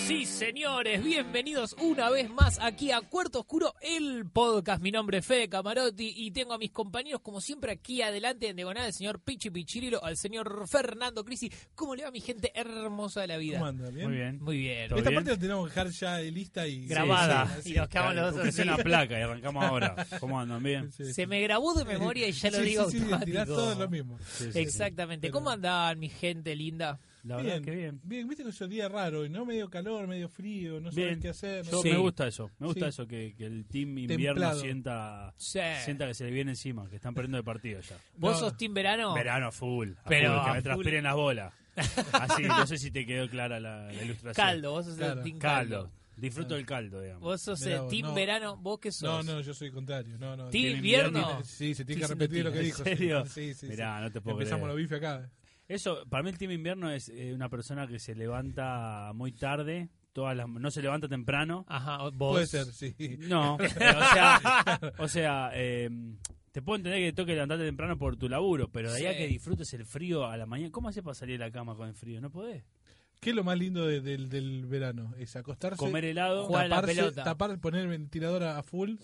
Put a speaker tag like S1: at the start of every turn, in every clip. S1: señores, bienvenidos una vez más aquí a Cuarto Oscuro, el podcast. Mi nombre es Fede Camarotti y tengo a mis compañeros, como siempre, aquí adelante en Diagonal, el señor Pichi Pichirilo, al señor Fernando Crisi. ¿Cómo le va mi gente hermosa de la vida?
S2: ¿Cómo anda? ¿Bien?
S3: Muy bien.
S1: Muy bien.
S3: ¿Todo
S2: Esta
S3: bien?
S2: parte la tenemos que dejar ya lista y
S3: Grabada.
S2: Sí, sí,
S1: Y nos quedamos los
S3: Claro,
S1: dos
S3: es
S1: así.
S3: una placa y arrancamos ahora. ¿Cómo andan? Bien.
S2: sí, sí.
S1: Se me grabó de memoria y ya lo
S2: Sí,
S1: digo
S2: sí, sí,
S1: automático.
S2: tirás todo lo mismo.
S3: Sí, sí,
S1: Exactamente.
S2: Pero-
S1: ¿Cómo andan mi gente linda?
S3: sí. La verdad que bien.
S2: Bien, viste que es un día raro, hoy, ¿no? Medio calor, medio frío, no sabes
S3: Bien.
S2: qué hacer. no
S3: Yo
S2: sé.
S3: me gusta eso. Me gusta
S2: Sí.
S3: eso que, que el team invierno
S2: Templado.
S3: sienta
S1: Sí.
S3: sienta que se le viene encima, que están perdiendo el partido ya.
S1: ¿Vos
S2: No.
S1: sos team verano?
S3: Verano full. a
S1: Pero
S3: full,
S1: a
S3: que me
S1: full.
S3: transpiren las bolas. Así, no sé si te quedó clara la, la ilustración.
S1: Caldo, vos sos
S2: Claro.
S1: el team caldo.
S3: Caldo. Disfruto del caldo, digamos.
S1: Vos sos
S2: Mirá
S1: el
S2: vos,
S1: team
S2: no.
S1: verano, vos qué sos.
S2: No, no, yo soy contrario. No, no.
S1: Team
S3: Team
S1: invierno.
S3: invierno.
S2: Sí, se tiene que
S1: Estoy
S2: repetir
S1: siendo
S2: lo que
S1: team.
S2: dijo.
S3: ¿En serio?
S2: Sí, sí, sí.
S3: Mirá, no te puedo
S2: Empezamos
S3: creer.
S2: los bifes acá.
S3: Eso, para mí el team invierno es eh, una persona que se levanta muy tarde, todas las, no se levanta temprano.
S1: Ajá, vos.
S2: Puede ser, sí.
S3: No, pero, o sea, o sea eh, te puedo entender que te toque levantarte temprano por tu laburo, pero de ahí
S1: Sí.
S3: a que disfrutes el frío a la mañana, ¿cómo haces para salir de la cama con el frío? ¿No podés?
S2: ¿Qué es lo más lindo de- del, del verano? Es acostarse,
S3: Comer helado,
S1: Jugar a la
S2: taparse,
S1: pelota.
S2: tapar, poner el ventilador a a full,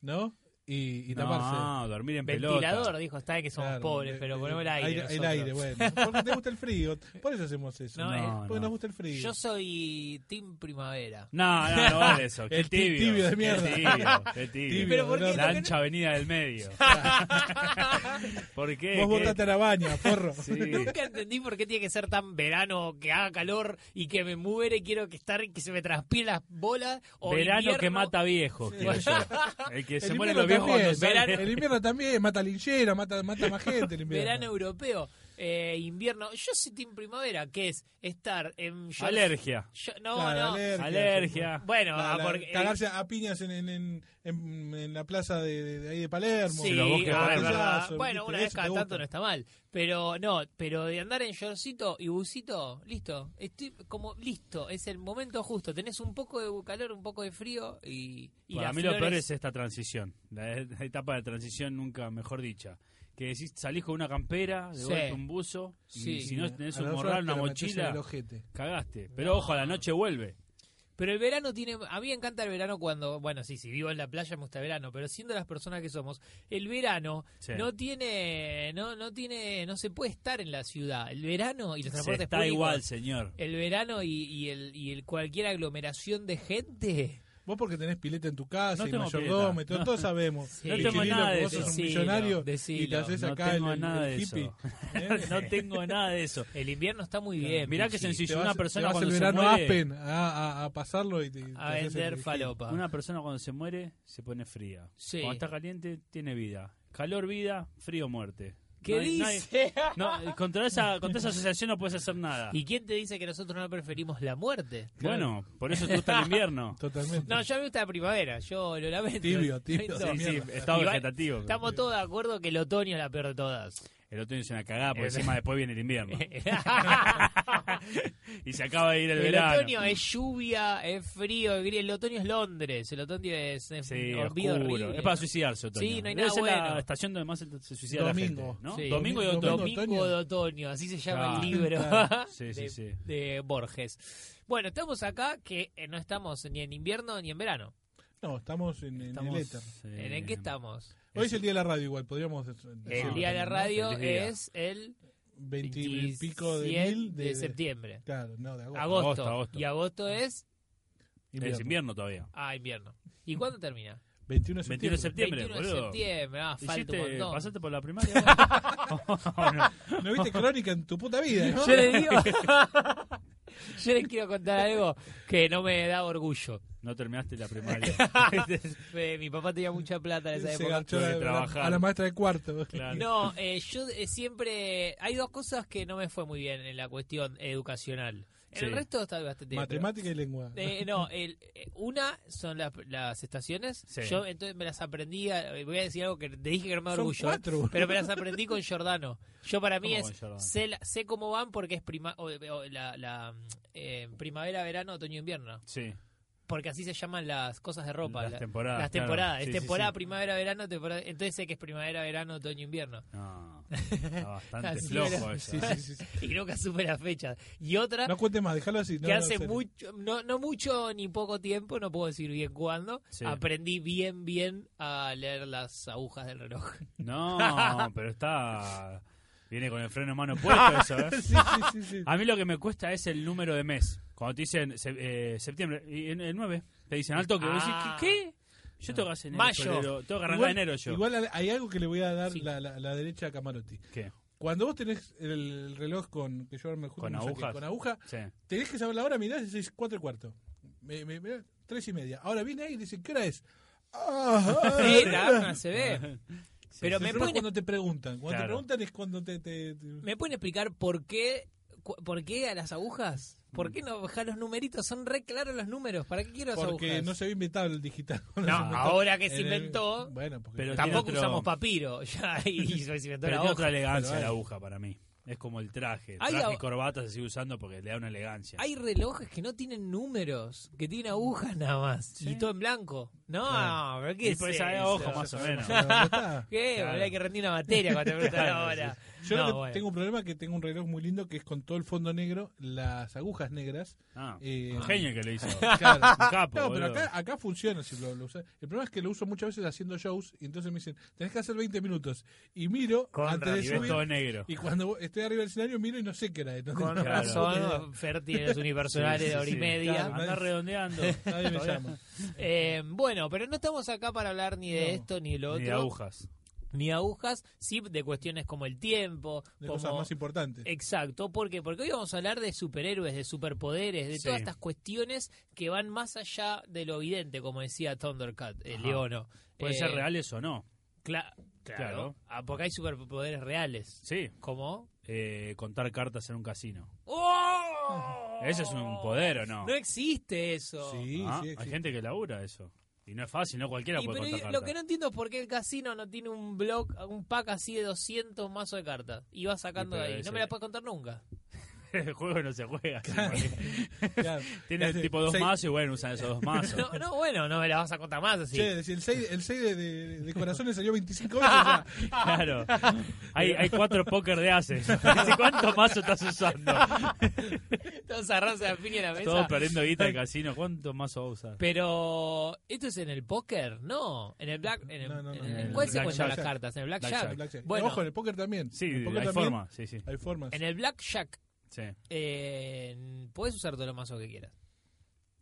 S2: ¿no? Y, y taparse.
S3: no, dormir en
S1: Ventilador,
S3: pelota.
S1: dijo, está bien que somos
S2: Claro,
S1: pobres,
S2: eh,
S1: pero
S2: eh,
S1: ponemos el aire.
S2: El
S1: nosotros.
S2: aire, bueno. Porque te gusta el frío. Por eso hacemos eso.
S1: No, eh,
S3: No,
S2: Porque
S3: no.
S2: nos gusta el frío.
S1: Yo soy team primavera.
S3: No, no, no vale eso. Qué
S2: El ti-
S3: tibio.
S2: tibio de
S3: qué
S2: mierda.
S3: tibio, Qué tibio.
S2: Tibio,
S1: Pero ¿por qué
S2: ¿no?
S3: La ancha avenida del medio. ¿Por qué?
S2: Vos
S3: ¿Qué?
S2: botate a la baña, porro.
S3: Sí.
S1: Nunca entendí por qué tiene que ser tan verano, que haga calor y que me muere, quiero que estar que se me transpiren las bolas. O
S3: Verano
S1: invierno.
S3: que mata viejos, quiero yo. El que se
S2: El
S3: mueren
S2: invierno,
S3: los viejos cuando
S2: también,
S3: salen.
S2: el invierno también, mata linchera, mata, mata más gente el invierno.
S1: Verano europeo, eh, invierno. Yo soy team primavera, que es estar en. shorts-
S3: Alergia.
S1: Yo- no,
S2: Claro,
S1: no.
S2: alergia.
S3: Alergia.
S1: Bueno,
S2: La-
S1: ah,
S2: la-
S1: porque.
S2: cagarse a piñas en, en, en, en- en la plaza de, de- de ahí de Palermo.
S1: Sí,
S3: los
S1: ah,
S3: bosques
S1: es
S3: parados.
S1: verdad.
S2: Eso,
S1: bueno,
S2: ¿viste?
S1: una vez
S2: Eso
S1: cada
S2: te
S1: tanto
S2: gusta.
S1: no está mal. Pero no, pero de andar en shortcito y busito, listo. Estoy como listo, es el momento justo. Tenés un poco de calor, un poco de frío y, y
S3: Para
S1: las
S3: mí lo peor
S1: flores-
S3: es esta transición, la, e- la etapa de transición nunca mejor dicha. Que decís, salís con una campera, de
S1: Sí.
S3: golpe un buzo,
S1: Sí.
S3: y si no tenés
S2: A
S3: un
S2: las
S3: morral,
S2: horas te la
S3: una
S2: metés en el
S3: mochila,
S2: ojete.
S3: cagaste. Pero
S1: No.
S3: ojo, a la noche vuelve.
S1: Pero el verano tiene. A mí me encanta el verano cuando. Bueno, sí, si vivo en la playa me gusta el verano, pero siendo las personas que somos, el verano
S3: Sí.
S1: no tiene. No, no tiene. No se puede estar en la ciudad. El verano y los
S3: Se
S1: transportes
S3: está
S1: públicos,
S3: igual, señor.
S1: El verano y, y el, y el cualquier aglomeración de gente.
S2: Vos porque tenés pileta en tu casa
S3: No
S2: y
S3: tengo
S2: mayordomo, y todo,
S3: pileta.
S2: todos sabemos.
S1: Sí.
S3: No
S2: Pichirilo,
S3: tengo nada
S2: que
S3: de
S2: vos sos
S1: eso.
S2: un millonario
S1: Decilo,
S2: y te haces
S3: No
S2: acá
S3: tengo
S2: el,
S3: nada
S2: el
S3: de
S2: hippie.
S3: eso.
S2: ¿Eh?
S3: No tengo nada de eso.
S1: El invierno está muy bien.
S3: Mirá que
S1: Pichi.
S3: sencillo.
S2: Te
S3: una
S2: vas-
S3: persona
S2: te vas el
S3: cuando se
S2: verano
S3: muere-
S2: Aspen a, a- a pasarlo y te, te
S1: A
S2: haces el
S1: vender
S2: hippie.
S1: falopa.
S3: Una persona cuando se muere se pone fría.
S1: Sí.
S3: Cuando está caliente, tiene vida. Calor, vida, frío, muerte.
S1: ¿Qué
S3: No hay- no hay-
S1: dice?
S3: no, contra, esa, contra esa asociación no puedes hacer nada.
S1: ¿Y quién te dice que nosotros no preferimos la muerte?
S3: Bueno, por eso te gusta el invierno.
S2: Totalmente.
S1: No, ya me gusta la primavera, yo lo lamento.
S2: Tibio, tibio.
S1: No,
S2: Sí,
S3: Sí, sí,
S2: Mierda.
S3: estado
S1: Igual,
S3: vegetativo.
S1: Estamos todos de acuerdo que el otoño es la peor de todas.
S3: El otoño es una cagada porque
S1: Es-
S3: encima después viene el invierno. y se acaba de ir el,
S1: El
S3: verano.
S1: otoño es lluvia, es frío, es gris. El otoño es Londres. El otoño es, es
S3: Sí,
S1: un olvido
S3: oscuro.
S1: horrible.
S3: Es para suicidarse otoño.
S1: Sí, no hay
S3: Debe
S1: nada
S3: ser
S1: bueno.
S3: la estación donde más se se suicida
S2: Domingo.
S3: la gente, ¿no?
S1: Sí.
S3: Domingo y otoño.
S2: Domingo.
S1: Domingo
S2: otoño.
S1: de otoño, así se llama
S3: Claro.
S1: el libro
S2: Claro.
S3: Sí, sí,
S1: de,
S3: sí.
S1: de Borges. Bueno, estamos acá que eh, no estamos ni en invierno ni en verano.
S2: No, estamos en, en
S3: Estamos,
S2: el éter.
S3: eh,
S1: ¿En, en qué estamos?
S2: Hoy es el día de la radio igual, podríamos decir-
S1: el
S3: sí,
S1: día de la
S2: ¿no?
S1: radio
S3: Feliz día.
S1: es el
S2: 20 y
S1: 27
S2: pico de mil de,
S1: de
S2: de-
S1: septiembre.
S2: Claro, no, de agosto.
S1: Agosto.
S3: Agosto, agosto.
S1: Y agosto es
S3: Es invierno todavía.
S1: ah, invierno. ¿Y cuándo termina?
S2: 21 de septiembre.
S3: 21 de septiembre,
S1: 21 de
S3: boludo.
S1: septiembre. Ah, falta un
S3: Hiciste-
S1: montón.
S3: ¿Pasaste por la primaria? Oh, no.
S2: No viste crónica en tu puta vida, ¿no?
S1: Yo les digo... Yo les quiero contar algo que no me da orgullo.
S3: No terminaste la primaria.
S1: Eh, Mi papá tenía mucha plata en esa
S2: Se
S1: época.
S2: garchó
S3: tuve
S2: a
S3: que
S2: la,
S3: trabajar.
S2: a la maestra de cuarto.
S3: Claro.
S1: No, eh, yo eh, siempre... Hay dos cosas que no me fue muy bien en la cuestión educacional. En el
S3: Sí.
S1: resto está bastante bien. pero-
S2: Matemática y lengua.
S1: Eh, no, el- eh, una son las, las estaciones.
S3: Sí.
S1: Yo entonces me las aprendí. a- eh, Voy a decir algo que te dije que no me da
S2: Son
S1: orgullo.
S2: cuatro.
S1: Pero me las aprendí con Giordano. Yo para mí
S3: ¿Cómo
S1: es.
S3: con Giordano?
S1: Sé, la- sé cómo van porque es prima, o- o la, la, mm, eh, primavera, verano, otoño, invierno.
S3: Sí.
S1: porque así se llaman las cosas de ropa.
S3: Las
S1: la-
S3: temporadas,
S1: Las
S3: claro.
S1: temporadas.
S3: Sí,
S1: es
S3: sí,
S1: temporada,
S3: sí.
S1: primavera, verano, temporada. Entonces sé que es primavera, verano, otoño, invierno.
S3: No, está bastante
S1: Así
S3: flojo
S1: era.
S3: eso.
S2: Sí,
S3: ¿eh?
S2: sí, sí, sí.
S1: Y creo que asume la fecha. Y otra,
S2: No cuente más, déjalo así. no,
S1: que
S2: no,
S1: hace
S2: en serio.
S1: mucho, no, no mucho ni poco tiempo, no puedo decir bien cuándo,
S3: Sí.
S1: aprendí bien, bien a leer las agujas del reloj.
S3: No, pero está. Viene con el freno en mano puesto eso, ¿eh?
S2: Sí, sí, sí, sí.
S3: A mí lo que me cuesta es el número de mes. Cuando te dicen se- eh, septiembre, y en- el 9, te dicen al toque. vos
S1: Ah.
S3: decís, ¿qué? qué? Yo tengo que hacer enero,
S1: Mayo.
S3: febrero, tengo que arrancar
S2: Igual-
S3: enero yo.
S2: Igual hay algo que le voy a dar
S1: Sí.
S2: la, la- la derecha a Camarotti.
S3: ¿Qué?
S2: Cuando vos tenés el reloj con que yo ahora me justo
S3: Con
S2: me saqué,
S3: agujas.
S2: con aguja,
S3: Sí.
S2: tenés que saber la hora, mirás y decís cuatro y cuarto. Me, me- me- tres y media. Ahora viene ahí y dice, ¿qué hora es? Ah, ah,
S1: Sí,
S2: ah.
S1: la arma se ve. Pero
S2: El
S1: me
S2: problema es
S1: pueden,
S2: cuando te preguntan. Cuando te
S3: Claro.
S2: preguntan es cuando te... te- te-
S1: ¿Me pueden explicar por qué, cu- por qué a las agujas? ¿Por qué no bajar los numeritos? Son re claros los números. ¿Para qué quiero las
S2: Porque
S1: agujas?
S2: no se había inventado el digital.
S1: No,
S2: se inventó
S1: ahora que se
S2: en el-
S1: inventó,
S2: Eh, Bueno, porque...
S3: Pero
S1: Tampoco
S3: tiene otro-
S1: usamos papiro ya, y se inventó
S3: Pero
S1: la
S3: tiene
S1: hoja.
S3: otra elegancia
S2: Pero hay.
S3: la aguja para mí. Es como el traje. El
S1: Hay
S3: traje
S1: a-
S3: y corbata se sigue usando porque le da una elegancia.
S1: Hay relojes que no tienen números, que tienen agujas nada más.
S3: Sí.
S1: Y todo en blanco. No,
S3: Claro.
S1: pero ¿qué
S3: Y
S1: es
S3: pues
S1: eso?
S3: hay ojo más o menos.
S2: Pero ya está.
S1: ¿Qué?
S3: Claro.
S1: Boludo, Hay que rendir una materia cuando te preguntan
S3: Claro,
S1: la hora.
S2: Yo
S1: No,
S2: lo que
S1: bueno.
S2: tengo un problema que tengo un reloj muy lindo que es con todo el fondo negro, las agujas negras.
S3: Ah,
S2: eh,
S3: un genio el que lo hizo.
S2: Claro.
S3: Un capo,
S2: No, pero
S3: boludo.
S2: acá, acá funciona. Si lo, lo usas. El problema es que lo uso muchas veces haciendo shows y entonces me dicen, tenés que hacer 20 minutos. Y miro
S1: Con
S2: antes de
S3: Y ves
S2: subir.
S3: todo negro.
S2: Y cuando estoy arriba del escenario miro y no sé qué era. Entonces,
S1: Con
S2: no,
S3: Claro.
S1: razón, Fer tiene los unipersonales
S3: Sí, sí,
S1: de hora y
S3: sí.
S1: media.
S2: Claro.
S3: Andá redondeando.
S2: nadie me
S3: Todavía.
S2: llama.
S1: Eh, bueno, pero no estamos acá para hablar ni de
S2: No.
S1: esto, ni de lo
S3: Ni
S1: otro.
S3: de agujas.
S1: ni agujas, sí de cuestiones como el tiempo.
S2: De
S1: como-
S2: cosas más importantes.
S1: Exacto, ¿por qué? Porque hoy vamos a hablar de superhéroes, de superpoderes, de
S3: Sí.
S1: todas estas cuestiones que van más allá de lo evidente, como decía Thundercat, el
S3: Ajá.
S1: Leono.
S3: Puede
S1: Eh,
S3: ser reales o no.
S1: cla- claro.
S3: Claro.
S1: Ah, porque hay superpoderes reales.
S3: Sí.
S1: Como.
S3: Eh, contar cartas en un casino.
S1: ¡Oh!
S3: Ese es un poder o no.
S1: No existe eso.
S2: Sí,
S3: Ah,
S2: sí,
S3: hay
S2: existe.
S3: gente que labura eso. Y no es fácil, no cualquiera
S1: Y
S3: puede
S1: pero y lo
S3: contar cartas.
S1: que no entiendo es por qué el casino no tiene un blog, un pack así de 200 mazos de cartas. Y va sacando
S3: Y
S1: de ahí.
S3: pero
S1: No
S3: ese-
S1: me la puedes contar nunca.
S3: El juego no se juega. así, porque
S2: Claro.
S3: Tiene
S2: Hace
S3: tipo dos
S2: seis-
S3: mazos y bueno, usan esos dos mazos.
S1: No, no, bueno, no me la vas a contar más así.
S2: Che, si el 6, el 6 de, de, de corazones salió 25 veces. o sea,
S3: Claro. Hay, hay cuatro póker de ases. ¿Cuántos mazos estás usando?
S1: Todos agarrándose la piña en la mesa.
S3: Todos perdiendo guita de casino. ¿Cuántos mazos vas a usar?
S1: Pero esto es en el póker, no, en el black, en el,
S2: No, no, no,
S1: en
S3: no,
S1: el-
S3: no.
S1: ¿cuál se
S3: Blackjack.
S1: cuentan las cartas? En el blackjack.
S3: Blackjack.
S2: Blackjack.
S1: Bueno.
S2: Ojo, en el póker también.
S3: Sí,
S2: En el
S3: hay
S2: póker también
S3: forma. Sí, sí.
S2: Hay formas.
S1: En el blackjack
S3: sí.
S1: eh, puedes usar todos los mazos que quieras.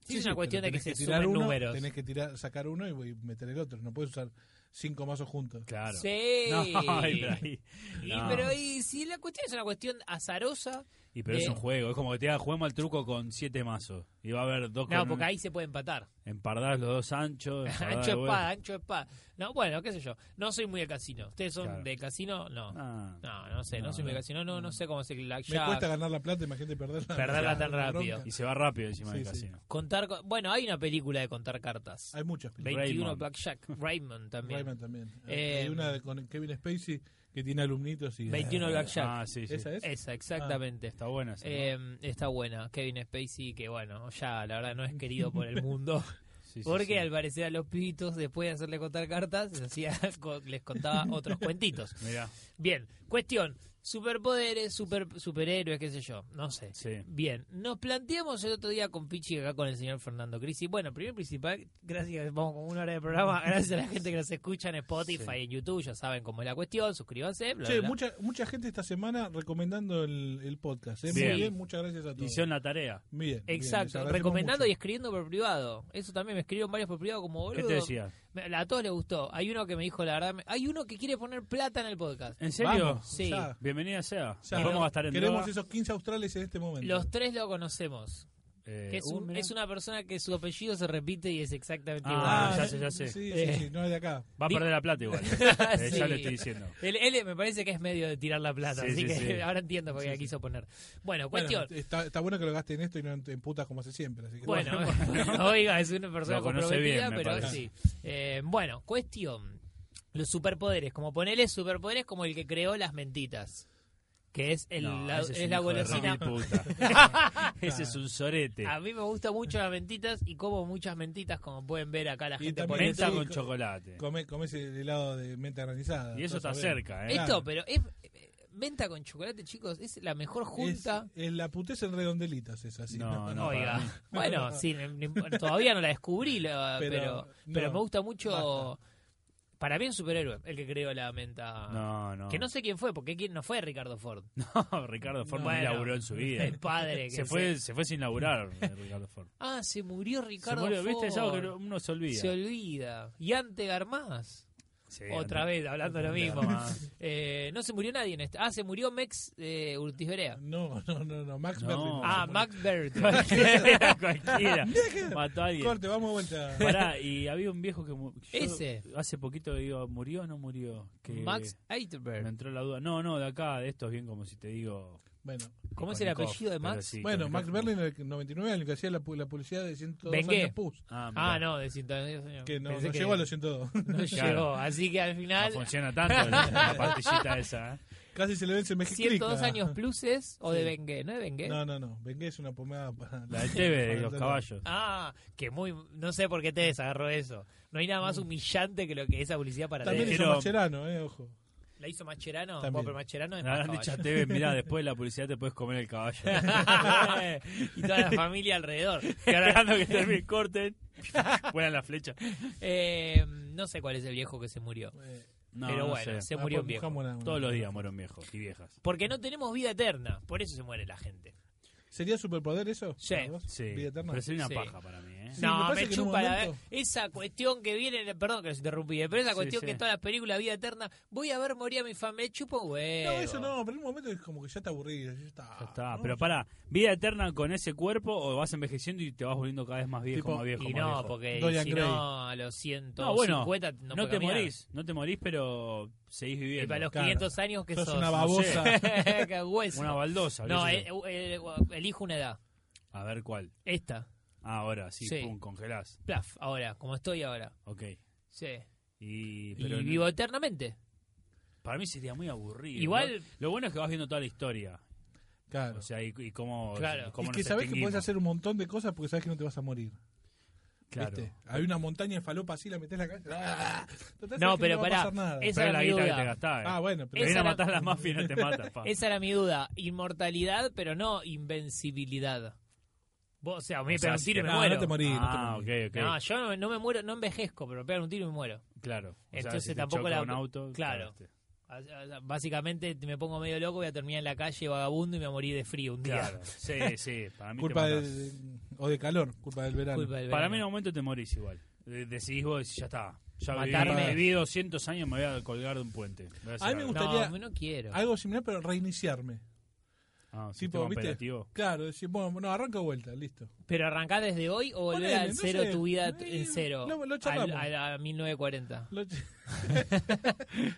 S1: Sí,
S2: Sí,
S1: es
S2: sí,
S1: una cuestión de
S2: pero
S1: que
S2: tenés
S1: se
S2: tirar
S1: sumen
S2: uno,
S1: números.
S2: Tenés que tirar, sacar uno y voy a meter el otro. No puedes usar cinco mazos juntos.
S3: Claro.
S1: Sí.
S3: No, y pero, ahí-
S1: Y,
S3: no.
S1: pero y si la cuestión es una cuestión azarosa,
S3: Y pero es
S1: Eh.
S3: un juego. Es como que te diga, juguemos al truco con siete mazos. Y va a haber dos
S1: no,
S3: con
S1: porque ahí se puede empatar.
S3: empardás los dos anchos. empardás
S1: ancho
S3: el huevo.
S1: espada, ancho espada. No, bueno, qué sé yo. No soy muy de casino. Ustedes son
S3: Claro.
S1: de casino, no. no.
S3: Ah.
S1: No, sé, no,
S3: No,
S1: soy muy de
S3: no.
S1: casino, no, no sé cómo se el
S2: Me
S1: blackjack.
S2: cuesta ganar la plata, imagínate perderla.
S1: Perderla tan
S2: Me da bronca.
S1: rápido.
S3: Y se va rápido encima
S2: Sí,
S3: del
S2: sí.
S3: casino.
S1: Contar, co- bueno, hay una película de contar cartas.
S2: Hay muchas películas.
S1: 21
S3: Raymond.
S1: Blackjack, Raymond también.
S2: Rayman también.
S1: Eh,
S2: Hay una de- con Kevin Spacey que tiene alumnitos y...
S1: 21 Blackjack.
S3: Ah, sí, sí.
S2: ¿Esa es?
S1: Esa, exactamente.
S3: Está buena esa. ¿no?
S1: Eh, está buena, Kevin Spacey, que bueno, ya la verdad no es querido por el mundo.
S3: Sí, sí,
S1: Porque
S3: sí.
S1: al parecer a los pibitos, después de hacerle contar cartas, les, hacía, co- les contaba otros cuentitos.
S3: Mirá,
S1: Bien, cuestión. Superpoderes, super, superhéroes, qué sé yo, no sé.
S3: sí.
S1: Bien, nos planteamos el otro día con Pichi acá con el señor Fernando Crisi. Bueno, primero y principal, gracias, vamos con una hora de programa, gracias a la gente que nos escucha en Spotify,
S3: Sí.
S1: en YouTube, ya saben cómo es la cuestión, suscríbanse, bla,
S2: Che,
S1: bla.
S2: mucha, mucha gente esta semana recomendando el, el podcast. ¿eh?
S3: Bien.
S2: Muy bien, muchas gracias a todos.
S3: Hicieron la tarea.
S2: Bien,
S1: Exacto, recomendando y escribiendo por privado. Eso también me escribieron varios por privado como
S3: ¿Qué
S1: boludo.
S3: te decía?
S1: me- A todos les gustó. Hay uno que me dijo la verdad, me- hay uno que quiere poner plata en el podcast.
S3: ¿En serio?
S1: Sí.
S2: sí. Ya,
S3: Bienvenida sea.
S2: ya.
S3: Nos vamos a gastar en
S2: Queremos
S3: droga.
S2: esos 15 australes en este momento.
S1: Los tres lo conocemos.
S3: Eh,
S1: Que es,
S3: uh,
S1: un-
S3: mirá.
S1: es una persona que su apellido se repite y es exactamente
S3: Ah,
S1: igual.
S3: ya sé, ya sé.
S2: Sí, sí,
S1: Eh.
S2: sí, no es de acá.
S3: Va a
S1: Di-
S3: perder la plata igual. Eh,
S1: Sí.
S3: Ya lo estoy diciendo.
S1: El L me parece que es medio de tirar la plata,
S3: Sí,
S1: así
S3: sí,
S1: que
S3: sí.
S1: ahora entiendo por qué
S2: Sí,
S1: la
S2: sí.
S1: quiso poner. Bueno,
S2: Bueno,
S1: cuestión.
S2: está, está bueno que lo gasten en esto y no en, en putas como hace siempre. Así que
S1: Bueno, oiga, es una persona
S3: Lo conoce
S1: comprometida,
S3: bien, me
S1: pero
S3: parece.
S1: sí. Eh, bueno, cuestión. Los superpoderes, como ponerle superpoderes como el que creó las mentitas. que es, el,
S3: No,
S1: la,
S3: ese
S1: es
S3: un
S1: la
S3: hijo de
S1: golosina. Ah,
S3: remil puta. ese es un sorete.
S1: A mí me gustan mucho las mentitas y como muchas mentitas, como pueden ver acá la
S2: Y
S1: gente por
S2: también
S1: eso.
S3: Menta
S2: sí,
S3: con
S2: co-
S3: chocolate.
S2: Come, comes el helado de menta granizada.
S3: Y eso
S2: todos
S3: está
S2: sabemos.
S3: cerca, ¿eh?
S1: Esto,
S2: Claro.
S1: pero es eh, menta con chocolate, chicos, es la mejor junta.
S2: Es, es la putez en redondelitos, es así.
S3: No, no.
S1: Oiga,
S3: para mí.
S1: bueno, sí, ni- ni- todavía no la descubrí, la- pero,
S2: Pero,
S1: pero,
S2: no,
S1: me gusta mucho.
S2: basta.
S1: Para mí es un superhéroe el que creó la menta.
S3: No, no.
S1: Que no sé quién fue, porque quién no fue Ricardo Ford.
S3: No, Ricardo Ford
S1: Bueno.
S3: no laburó en su vida.
S1: El padre que
S3: Se fue, se fue sin laburar, eh, Ricardo Ford.
S1: Ah, se murió
S3: Se
S1: Ricardo
S3: murió,
S1: Ford.
S3: ¿viste? Es algo que uno se olvida.
S1: Se olvida. Y ante Garmás.
S3: Sí,
S1: Otra
S3: ante-
S1: vez hablando lo
S3: ante
S1: mismo.
S3: Garmás.
S1: Eh, no se murió nadie en este. Ah, se murió Mex eh, Urtiz Berea.
S2: No, no, no, no. Max
S3: No.
S2: Berlin.
S1: Ah, Max Berto.
S3: Cualquiera, cualquiera. Mató a alguien.
S2: Corte, vamos de vuelta.
S3: Pará, y había un viejo que. mu- yo
S1: Ese.
S3: Hace poquito digo, ¿murió o no murió? Que
S1: Max
S3: Me
S1: Eiterberg.
S3: entró la duda. No, no, de acá, de estos, bien como si te digo.
S2: Bueno,
S1: ¿Cómo es el
S3: Kolnikov,
S1: apellido de
S3: pero
S1: Max?
S3: sí,
S2: bueno
S3: Kolnikov.
S2: Max Berlin, el que- 99, el que hacía la, pu- la publicidad de 102
S1: Bengué.
S2: años Pus.
S3: Ah, mirá.
S1: Ah, no, de sintonía, señor.
S2: Que no,
S1: Pensé
S2: no
S1: que
S2: llegó a los 102.
S1: no
S3: Claro.
S1: llegó. Así que al
S3: No
S1: final,
S3: funciona tanto la, la pastillita esa, ¿eh?
S2: Casi se le vence México.
S1: 102 años ¿eh? plus es o de
S2: Sí.
S1: Bengué, ¿no de Bengué?
S2: No, no, no. Bengué es una pomada para.
S3: La del TV, de los
S2: para-
S3: caballos.
S1: Ah, que muy. No sé por qué te desagarró eso. No hay nada
S3: Mm.
S1: más humillante que lo que esa publicidad para
S2: También
S1: TV.
S2: hizo
S3: Pero-
S2: Macherano, eh, ojo.
S1: ¿La hizo Macherano? Bueno,
S2: También.
S1: pero Macherano es
S3: Le
S1: más
S3: habrán dicho a
S1: caballo.
S3: TV, mirá, después de la publicidad te puedes comer el caballo.
S1: y toda la familia alrededor.
S3: que esperando que termine, corten, vuelan la flecha.
S1: Eh, no sé cuál es el viejo que se murió.
S2: Eh,
S3: No,
S1: pero
S3: no
S1: bueno,
S3: sé.
S1: se
S2: ah,
S1: murió
S2: pues
S1: un viejo.
S2: buscamos una-
S3: Todos los días mueren viejos y viejas.
S1: Porque no tenemos vida eterna. Por eso se muere la gente.
S2: ¿Sería superpoder eso?
S1: Sí.
S2: ¿Para vos?
S3: Sí,
S2: Vida eterna.
S3: pero sería una
S1: Sí.
S3: paja para mí, ¿eh?
S2: Sí, me
S1: no,
S2: parece
S1: me,
S2: que en un
S1: chupa la-
S2: momento-
S1: Esa cuestión que viene. Perdón que los interrumpí, eh, pero esa
S3: Sí,
S1: cuestión
S3: sí.
S1: que en todas las películas Vida Eterna. Voy a ver morir a mi familia. Me chupo un huevo.
S2: No, eso no, pero en un momento es como que ya está aburrido. Ya está.
S3: Ya está,
S2: ¿no?
S3: pero pará, ¿vida eterna con ese cuerpo o vas envejeciendo y te vas volviendo cada vez más viejo,
S2: Tipo,
S3: más viejo,
S1: Y
S3: más
S1: no,
S3: viejo?
S1: porque
S2: Dorian
S1: si
S2: Gray.
S1: no, a los 150
S3: No, bueno,
S1: no,
S3: no,
S1: puede
S3: te
S1: caminar.
S3: morís, no te morís, pero seguís
S1: Y
S3: viviendo.
S1: para los
S2: Claro.
S1: 500 años que
S2: Sos
S1: sos.
S2: una
S3: no sé.
S2: babosa.
S1: Qué hueso.
S3: Una baldosa.
S1: no,
S3: qué sé
S1: eh,
S3: yo.
S1: eh, elijo una edad.
S3: A ver cuál.
S1: Esta.
S3: Ah, ahora, sí,
S1: Sí.
S3: pum, congelás.
S1: Plaf, ahora, como estoy ahora.
S3: Ok.
S1: Sí.
S3: Y,
S1: Y
S3: pero no-
S1: vivo eternamente.
S3: Para mí sería muy aburrido.
S1: Igual-
S3: Lo, lo bueno es que vas viendo toda la historia.
S2: Claro.
S3: O sea, y, y cómo,
S1: Claro.
S3: cómo
S2: y
S3: nos
S2: que sabes que
S3: extinguimos.
S2: puedes hacer un montón de cosas porque sabes que no te vas a morir.
S3: Claro.
S2: ¿viste? Hay una montaña de falopa así, la metes en la cabeza. ¡ah! Total, sabés
S1: No,
S2: que
S1: pero
S2: va a
S1: pará,
S2: pasar nada.
S1: es- Esa
S3: Pero
S1: era mi
S3: la guita
S1: duda.
S3: que te gastás. eh.
S2: Ah, bueno,
S3: Te
S2: pero
S1: esa
S3: viene a
S1: era-
S3: matar la mafia y no te mata. pa.
S1: Esa era mi duda. Inmortalidad, pero no invencibilidad. Vos, o sea, me
S3: O sea,
S1: pegan un
S3: si
S1: tiro y
S3: te-
S1: me
S2: no,
S1: muero.
S2: no te morís.
S3: Ah,
S2: no
S3: ok,
S2: te morís.
S3: ok.
S1: No, yo no, no me muero, no envejezco, pero me pegan un tiro y me muero.
S3: claro. O sea,
S1: Entonces
S3: si te
S1: tampoco
S3: choca
S1: la-
S3: un auto.
S1: claro.
S3: cagaste.
S1: O sea, Básicamente me pongo medio loco, voy a terminar en la calle vagabundo y me voy a morir de frío un día.
S3: Claro. Sí, sí. Para mí,
S2: Culpa
S3: te matás.
S2: del, o de calor, culpa del verano.
S1: Culpa del
S3: para
S1: verano.
S3: mí en un momento te morís igual. De- Decidís vos, decís, ya está. Ya viví-
S1: Matarme.
S3: viví 200 años, me voy a colgar de un puente. Voy hacer
S2: A mí me
S3: algo.
S2: gusta-
S1: No,
S2: gustaría-
S1: no quiero.
S2: Algo similar, pero reiniciarme.
S3: Ah,
S2: Tipo,
S3: sistema
S2: ¿viste?
S3: operativo.
S2: Claro, decir, bueno, no, arranca vuelta, listo.
S1: Pero arrancar desde hoy o volver
S2: Ponele,
S1: al
S2: no
S1: cero
S2: sé.
S1: tu vida t-
S2: Eh,
S1: en cero.
S2: lo- lo
S1: al,
S2: charlamos.
S1: al- a 1940.
S2: Lo-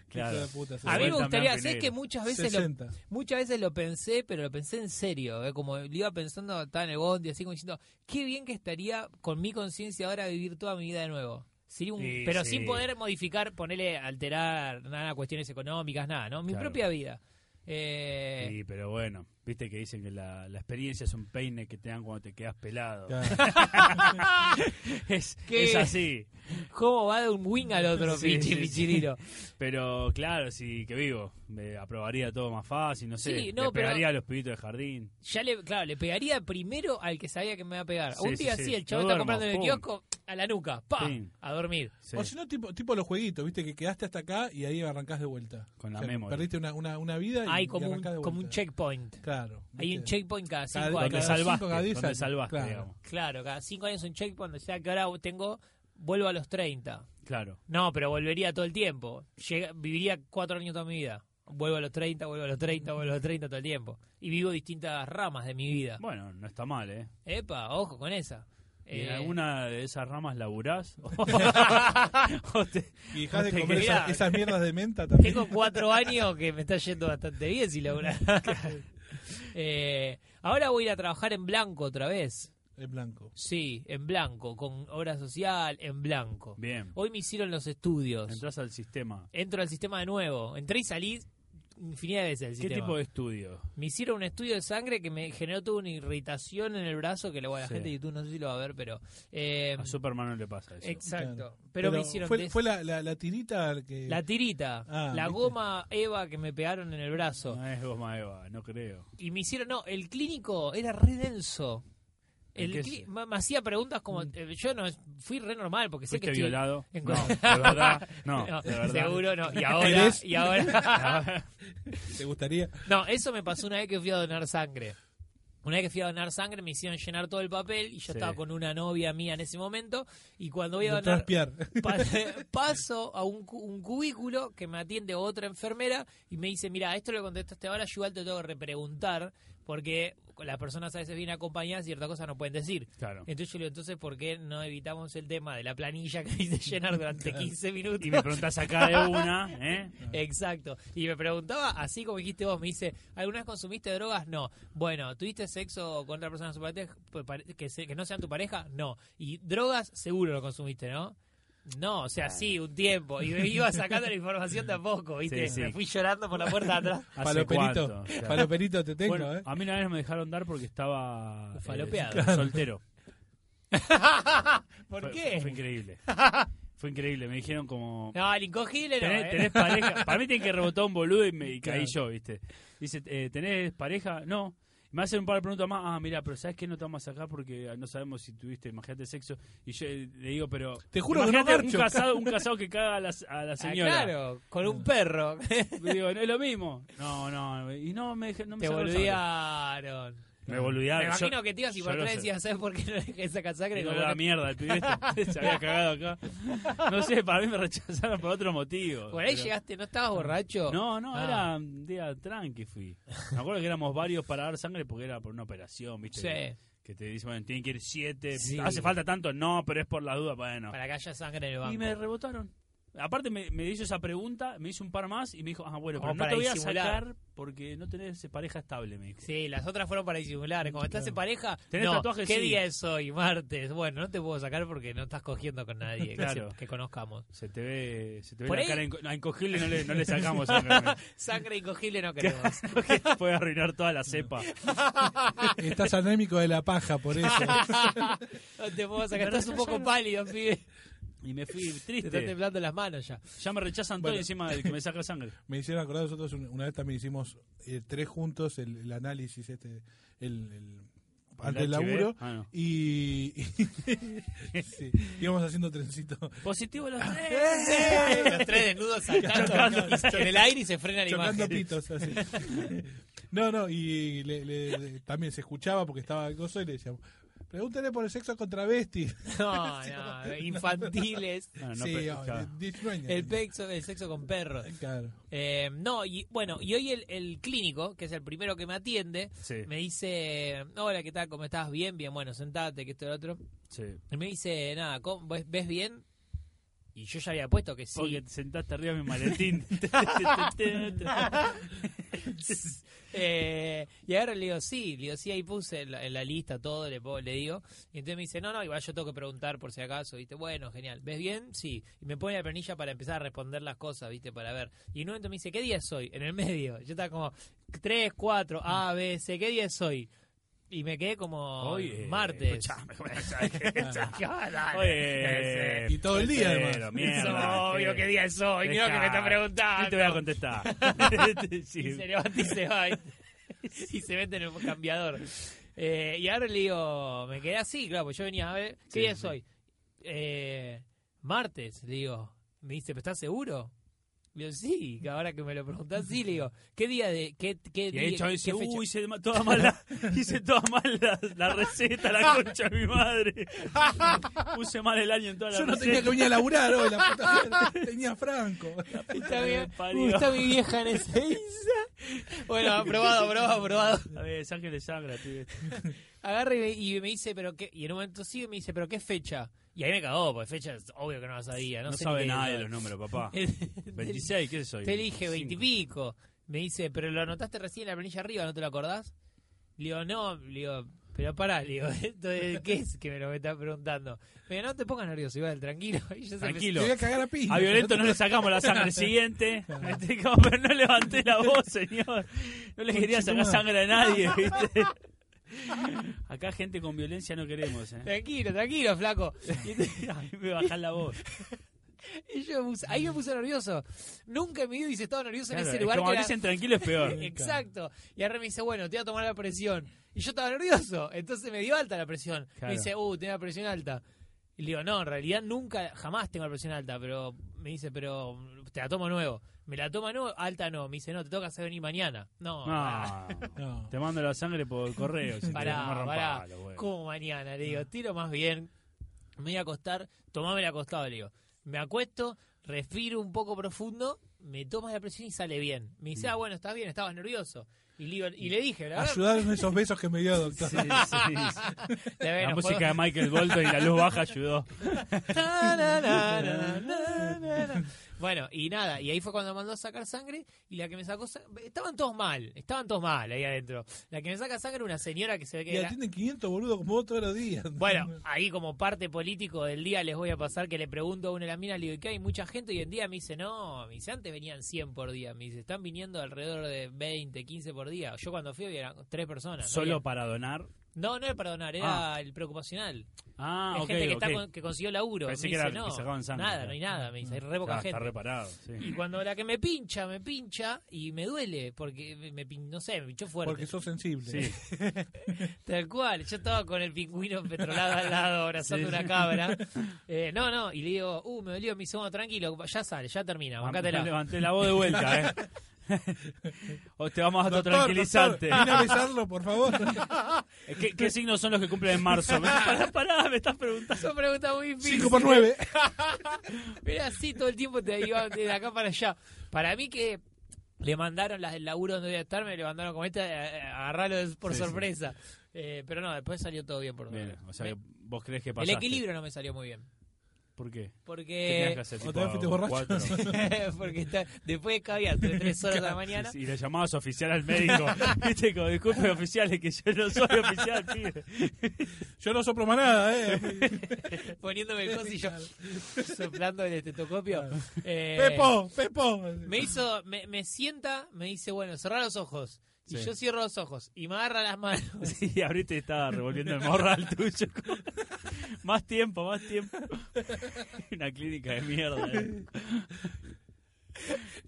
S3: Claro.
S2: Hijo de puta,
S1: A mí me
S3: Vuelta en
S1: gustaría,
S3: blanco y
S1: sé que
S3: negro.
S1: muchas veces lo,
S2: 60.
S1: muchas veces lo pensé, pero lo pensé en serio, ¿eh? como lo iba pensando, estaba en el bondi, así como diciendo, qué bien que estaría con mi conciencia ahora vivir toda mi vida de nuevo. Sería un,
S3: Sí,
S1: pero
S3: sí.
S1: sin poder modificar, ponerle, alterar nada, cuestiones económicas, nada, ¿no? Mi
S3: Claro.
S1: propia vida. Eh,
S3: Sí, pero bueno, viste que dicen que la, la experiencia es un peine que te dan cuando te quedas pelado.
S2: Claro.
S3: Es,
S1: ¿Qué?
S3: es así.
S1: ¿Cómo va de un wing al otro,
S3: Sí,
S1: pichi,
S3: sí, sí.
S1: pichirilo?
S3: Pero claro, sí que vivo. Me aprobaría todo más fácil, no sé.
S1: Sí, no, pero-
S3: le pegaría a los pibitos de jardín.
S1: Ya le, claro, le pegaría primero al que sabía que me iba a pegar.
S3: Sí,
S1: un día
S3: sí,
S1: así,
S3: sí.
S1: el chavo
S3: No
S1: está
S3: duermo,
S1: comprando en el
S3: pum.
S1: kiosco a la nuca, pa,
S3: Sí.
S1: a dormir.
S3: Sí.
S2: O si no, tipo, tipo los jueguitos, viste, que quedaste hasta acá y ahí arrancás de vuelta.
S3: Con la
S2: O sea,
S3: memoria.
S2: Perdiste una, una, una vida y,
S1: Hay
S2: y
S1: como un,
S2: arrancás de
S1: como un
S2: vuelta.
S1: checkpoint.
S2: Claro.
S1: Hay un
S2: ¿viste?
S1: checkpoint cada
S2: Cada-
S1: cinco
S3: donde
S1: años.
S2: cada
S3: salvaste,
S2: cinco, cada diez
S3: donde
S2: años,
S3: salvaste,
S2: claro.
S3: digamos.
S1: Claro, cada cinco años un checkpoint. O sea que ahora tengo, vuelvo a los 30.
S3: Claro.
S1: No, pero volvería todo el tiempo. Llega- viviría cuatro años toda mi vida. Vuelvo a los 30, vuelvo a los 30, vuelvo a los 30 todo el tiempo. Y vivo distintas ramas de mi vida.
S3: Bueno, no está mal, ¿eh?
S1: Epa, ojo con esa.
S3: ¿Y en
S1: Eh,
S3: alguna de esas ramas laburás? oh, O te-
S2: Y dejás de
S3: Te
S2: comer
S1: quedás.
S2: esas, esas mierdas de menta también.
S1: Tengo cuatro años que me está yendo bastante bien si laburás. Eh, ahora voy a ir a trabajar en blanco otra vez.
S2: En blanco.
S1: Sí, en blanco, con obra social, en blanco.
S3: Bien.
S1: Hoy me hicieron los estudios.
S3: Entrás al sistema.
S1: Entro al sistema de nuevo. Entré y salí infinidad de veces el
S3: ¿Qué
S1: sistema.
S3: tipo de estudio?
S1: Me hicieron un estudio de sangre que me generó toda una irritación en el brazo que luego la
S3: Sí. Ah,
S1: gente de YouTube no sé si lo va a ver, pero... eh,
S3: A Superman no le pasa eso.
S1: exacto.
S2: Claro.
S1: Pero, me hicieron...
S2: Fue,
S1: de-
S2: fue la, la, la tirita que.
S1: La tirita,
S2: Ah,
S1: la
S2: viste. Ah.
S1: goma Eva que me pegaron en el brazo.
S3: No es Goma Eva, no creo.
S1: Y me hicieron, no, el clínico era re denso.
S3: ¿En
S1: El
S3: qué
S1: cli-
S3: se- Mm.
S1: me, me hacía preguntas como, eh, yo no, fui re normal porque sé que
S3: ¿Fuiste
S1: estoy-
S3: violado?
S1: en-
S3: No, de verdad. No,
S1: No,
S3: de verdad.
S1: seguro no. Y ahora,
S2: ¿Eres?
S1: y ahora.
S2: ¿Te gustaría?
S1: No, eso me pasó una vez que fui a donar sangre. Una vez que fui a donar sangre me hicieron llenar todo el papel y yo
S3: Sí.
S1: estaba con una novia mía en ese momento y cuando voy a
S2: Doctor
S1: donar
S2: Espiar.
S1: pa- paso a un, cu- un cubículo que me atiende otra enfermera y me dice, mira, esto lo contestaste ahora, yo igual te tengo que repreguntar porque las personas a veces vienen acompañadas y ciertas cosas no pueden decir.
S3: Claro.
S1: Entonces yo le digo, entonces, ¿por qué no evitamos el tema de la planilla que hice llenar durante 15 minutos?
S3: Y me preguntás acá de una, ¿eh?
S1: Exacto. Y me preguntaba, así como dijiste vos, me dice, ¿alguna vez consumiste drogas? No. Bueno, ¿tuviste sexo con otra persona su pareja- pues, pare- que, se- que no sean tu pareja? No. Y drogas seguro lo consumiste, ¿no? No, o sea, sí, un tiempo. Y me iba sacando la información de a poco, ¿viste?
S3: Sí, sí.
S1: Me fui llorando por la puerta de atrás.
S3: ¿Hace
S2: Faloperito.
S3: cuánto? Claro.
S2: Faloperito te tengo,
S3: Bueno,
S2: ¿eh?
S3: a mí una vez no me dejaron dar porque estaba eh,
S1: Falopeado.
S3: claro, soltero.
S1: ¿Por
S3: Fue- Fue,
S1: qué?
S3: increíble. Fue increíble. Me dijeron como...
S1: No, el incogible no.
S3: ¿Tenés,
S1: ¿eh?
S3: tenés pareja? Para mí tienen que rebotar un boludo y, me, y caí
S2: Claro.
S3: yo, ¿viste? Dice, eh, ¿tenés pareja? No. Me hacen un par de preguntas más. Ah, mira, pero ¿sabes qué? No te vamos a sacar porque no sabemos si tuviste, imagínate, sexo. Y yo eh, le digo, pero...
S2: Te juro que no
S3: imagínate un
S2: marcho.
S3: casado, un casado que caga a la, a la
S1: Ah,
S3: señora.
S1: claro, con un perro.
S3: Le digo, no es lo mismo. No, no. Y no me, dej- no me
S1: Te
S3: sacaron
S1: volvían.
S3: sangre. Me volvían.
S1: Me
S3: Yo-
S1: imagino que te ibas y
S3: yo
S1: por
S3: lo
S1: atrás
S3: sé.
S1: decías, ¿sabes por qué no dejé sacar sangre?
S3: Digo,
S1: Como
S3: la
S1: no-
S3: mierda, el pibe este se había cagado acá. No sé, para mí me rechazaron por otro motivo.
S1: Por ahí
S3: pero-
S1: llegaste, ¿no estabas borracho?
S3: No, no,
S1: Ah.
S3: era un día tranqui fui. Me acuerdo que éramos varios para dar sangre porque era por una operación, ¿viste?
S1: Sí.
S3: Que te dicen, bueno, tienen que ir siete.
S1: Sí.
S3: ¿Hace falta tanto? No, pero es por la duda, bueno.
S1: Para que haya sangre en el
S3: Y
S1: banco.
S3: me rebotaron. Aparte me, me hizo esa pregunta, me hizo un par más y me dijo, ah, bueno,
S1: Como
S3: pero no
S1: para
S3: te voy a
S1: disimular.
S3: sacar porque no tenés pareja estable, me dijo.
S1: Sí, las otras fueron para disimular. Como estás en pareja,
S3: ¿Tenés
S1: no,
S3: tatuaje?
S1: ¿qué
S3: Sí.
S1: día es hoy? Martes. Bueno, no te puedo sacar porque no estás cogiendo con nadie que
S3: Claro.
S1: se- que conozcamos.
S3: Se te ve, se te ve
S1: Por
S3: la
S1: ahí-
S3: cara enco- a encogible, no le, no le sacamos sangre.
S1: Sangre incogible no queremos.
S3: Puede arruinar toda la cepa.
S2: Estás anémico de la paja, por eso.
S1: no te puedo sacar. Estás un poco pálido, pibe.
S3: Y me fui
S1: Te están
S3: triste.
S1: temblando las manos ya.
S3: Ya me rechazan todo
S2: Bueno.
S3: encima del que me saca sangre.
S2: Me hicieron acordar nosotros un- una vez también hicimos eh, tres juntos el, el análisis este el, el- antes del
S3: HIV?
S2: laburo
S3: Ah, no.
S2: y, sí, íbamos haciendo trencito
S3: Positivo los
S2: Ah.
S3: tres.
S1: Los tres desnudos saltando en el aire y se frena la
S2: chocando
S1: imagen.
S2: pitos así. No, no, y le- le- también se escuchaba porque estaba el gozo y le decíamos, pregúntale por el sexo con travesti.
S1: No, no, infantiles.
S3: Ah, no,
S2: sí,
S3: pero-
S2: oh,
S3: claro.
S2: 19 años
S1: El,
S2: tenía.
S1: pexo- el sexo con perros.
S2: Claro.
S1: Eh, no, y bueno, y hoy el, el clínico, que es el primero que me atiende,
S3: Sí,
S1: me dice, hola, ¿qué tal? ¿Cómo estás? Bien, bien, bueno, sentate, que esto y lo otro.
S3: sí.
S1: Y me dice, nada, ¿cómo- ves, ves bien? Y yo ya había puesto que
S3: Porque
S1: sí.
S3: te sentaste arriba de mi maletín.
S1: Eh, y ahora le digo, sí, le digo, sí, ahí puse en la, en la lista todo, le, pongo- le digo. Y entonces me dice, no, no, igual yo tengo que preguntar por si acaso, ¿viste? Bueno, genial. ¿Ves bien? Sí. Y me pone la planilla para empezar a responder las cosas, ¿viste? Para ver. Y en un momento me dice, ¿qué día es hoy? En el medio. Yo estaba como, 3, 4, A, B, C, ¿qué día es hoy? Y me quedé como
S3: Oye,
S1: martes.
S3: escuchame, bueno, ¿sabes qué?
S1: Oye,
S3: Oye,
S2: Y todo el día, además.
S3: pero,
S1: es
S3: mierda,
S1: obvio qué día es hoy, mira lo que me está
S3: Deja.
S1: preguntando.
S3: Yo te voy a contestar. Sí.
S1: Y se levanta y se va. Y, y se mete en el cambiador. Eh, y ahora le digo, me quedé así, claro, porque yo venía a ver, ¿qué
S3: Sí,
S1: día
S3: sí.
S1: es hoy? Eh, martes, le digo. Me dice, ¿pero estás seguro? Le digo, sí, que ahora que me lo preguntás, sí, le digo, ¿qué día de, qué, qué
S3: Y
S1: día,
S3: de hecho
S1: qué
S3: dice,
S1: fecha?
S3: uy, hice ma- toda mala, hice toda mal la, la receta, la concha de mi madre. Puse mal el año en toda la
S2: Yo no tenía
S3: receta.
S2: que venir a laburar hoy, la puta madre. Tenía Franco.
S1: Está bien.
S3: Parió.
S1: Uh, está mi vieja en Ezeiza. Bueno, aprobado, aprobado, aprobado.
S3: A ver, sáquenle sangre, pibe.
S1: Agarra y me, y me dice, pero qué. Y en un momento sí me dice, pero qué fecha. Y ahí me cagó, porque fecha es obvio que no la sabía. No,
S3: No
S1: sé
S3: sabe
S1: ni qué-
S3: nada de los números, papá.
S1: Te-
S3: 26, ¿qué soy?
S1: Te dije
S3: Cinco.
S1: veintipico. Me dice, pero lo anotaste recién en la planilla arriba, ¿no te lo acordás? Le digo, no, le digo, Pero pará, le digo, ¿esto es- ¿qué es que me lo estás preguntando? Me dijo, no te pongas nervioso, Iván, tranquilo. Y yo se me-
S3: Tranquilo.
S2: Te voy a cagar a piña.
S3: A Violento no le sacamos la sangre al siguiente. Este, como, pero no levanté la voz, señor. No le quería sacar sangre a nadie, ¿viste? Acá gente con violencia no queremos, ¿eh?
S1: Tranquilo, tranquilo, flaco. Y entonces-
S3: A mí me bajan la voz.
S1: y yo me puse- ahí me puse nervioso. Nunca en mi vida hubiese estado nervioso
S3: Claro,
S1: en
S3: es
S1: ese lugar.
S3: como
S1: que era-
S3: dicen tranquilo es peor.
S1: Exacto. Y ahora me dice, bueno, te voy a tomar la presión. Y yo estaba nervioso, entonces me dio alta la presión.
S3: Claro.
S1: Me dice, uh, tengo la presión alta. Y le digo, no, en realidad nunca, jamás tengo la presión alta, pero me dice, pero te la tomo nuevo. Me la toma nuevo, alta no. Me dice, no, te toca hacer venir mañana. No, pará,
S3: No,
S2: No.
S3: te mando la sangre por correo. si te la
S1: pará,
S3: tomas
S1: pará.
S3: rompalo, güey.
S1: ¿Cómo mañana? Le digo, tiro más bien, me voy a acostar, tomámela acostado, le digo. Me acuesto, respiro un poco profundo, me tomas la presión y sale bien. Me dice, ah, bueno, estás bien, estabas nervioso. Y le, digo- y le dije, la verdad,
S2: Ayudaron esos besos que me dio,
S3: Sí,
S2: doctor.
S3: sí, sí.
S1: De
S3: La
S1: veras,
S3: música de Michael Bolton y la luz baja ayudó.
S1: puedo- Na, na, na, na, na, na, na. Bueno, y nada, y ahí fue cuando mandó a sacar sangre y la que me sacó sa- estaban todos mal, estaban todos mal ahí adentro. La que me saca sangre una señora que se ve
S2: Y
S1: que era-
S2: atienden 500 boludos como vos todos los días.
S1: Bueno, ahí como parte político del día les voy a pasar que le pregunto a una de las minas, le digo, ¿y qué hay mucha gente? Y en día me dice, no, me dice, antes venían 100 por día, me dice, están viniendo alrededor de 20, 15 por día. Yo cuando fui eran tres personas. no
S3: Solo
S1: había-
S3: para donar.
S1: No, no era para donar, era el preocupacional.
S3: Ah,
S1: Hay
S3: ok,
S1: gente que, está
S3: ok.
S1: con- que consiguió laburo.
S3: Pensé
S1: me
S3: que era
S1: dice,
S3: que
S1: no,
S3: sacaban sangre,
S1: Nada,
S3: claro.
S1: no hay nada. Me dice, hay re poca
S3: Ah,
S1: gente.
S3: Está reparado, sí.
S1: Y cuando la que me pincha, me pincha y me duele porque, me, me pin- no sé, me pinchó fuerte.
S2: porque sos sensible.
S3: Sí.
S1: Tal cual, yo estaba con el pingüino petrolado al lado, abrazando
S3: Sí.
S1: una cabra. Eh, no, no, y le digo, uh, me dolió, me hizo, "Bueno, tranquilo, ya sale, ya termina,
S3: Me
S1: bancátela.
S3: Levanté la voz de vuelta, ¿eh? o te vamos a otro
S2: Doctor,
S3: tranquilizante.
S2: doctor, Vine a besarlo, por favor.
S3: ¿Qué, qué signos son los que cumplen en marzo? Me- pará, pará, me estás preguntando.
S1: Son preguntas muy difíciles.
S2: 5 por 9.
S1: Pero así todo el tiempo te iba de acá para allá. Para mí que le mandaron las del laburo donde voy a estar, me le mandaron como esta, eh, agarralo de- por
S3: Sí, sí.
S1: sorpresa. Eh, pero no, después salió todo bien por lo
S3: Bien,
S1: menos.
S3: o sea,
S1: Me-
S3: que vos crees que
S1: el
S3: pasaste.
S1: equilibrio no me salió muy bien.
S3: ¿Por qué? ¿Qué tenías que
S1: Porque,
S3: hacer?
S2: ¿Otra vez fuiste borracho?
S3: cuatro?
S1: porque está- después de caviar de tres horas de la mañana,
S3: Sí, Y le llamabas oficial al médico. Viste, como, disculpe, oficiales, que yo no soy oficial, pibe.
S2: Yo no soplo más nada, ¿eh?
S1: poniéndome el coso y yo soplando el estetoscopio. Eh,
S2: Pepo, Pepo.
S1: Me hizo, me, me sienta, me dice, bueno, cerrar los ojos. Y
S3: Sí.
S1: yo cierro los ojos y me agarra las manos.
S3: Sí, y ahorita estaba revolviendo el morral tuyo. más tiempo, más tiempo. Una clínica de mierda. ¿eh?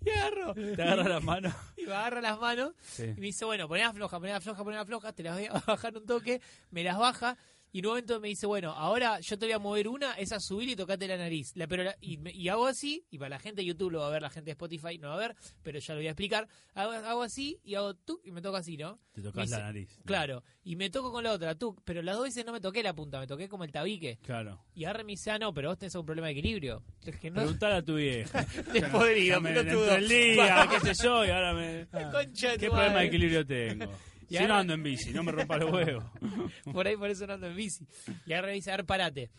S1: Y agarro.
S3: Te agarra la mano.
S1: Y me agarra las manos
S3: Sí.
S1: y me dice, bueno, poné floja, poné floja, poné floja, te las voy a bajar un toque, me las baja. Y en un momento me dice, bueno, ahora yo te voy a mover una, esa subir y tocate la nariz. La, pero la- y, me- y hago así, y para la gente de YouTube lo va a ver, la gente de Spotify no va a ver, pero ya lo voy a explicar. Hago, hago así y hago tú y me toca así, ¿no?
S3: Te
S1: Me
S3: tocas
S1: dice-
S3: la nariz.
S1: Claro, y me toco con la otra, tú, pero las dos veces no me toqué la punta, me toqué como el tabique.
S3: Claro.
S1: Y ahora me dice, ah, no, pero vos tenés un problema de equilibrio. Es que no,
S3: Preguntale a tu vieja.
S1: es podrido,
S3: Ya me
S1: pelotudo.
S3: entró el día, qué sé yo, y ahora me...
S2: Ah,
S1: Concha de
S3: ¿Qué
S1: tu
S3: problema de
S1: madre.
S3: equilibrio tengo?
S1: Y
S3: Si no
S1: ahora-
S3: ando en bici, no me rompa los huevos.
S1: Por ahí por eso no ando en bici. Y ahora me dice, a ver, parate.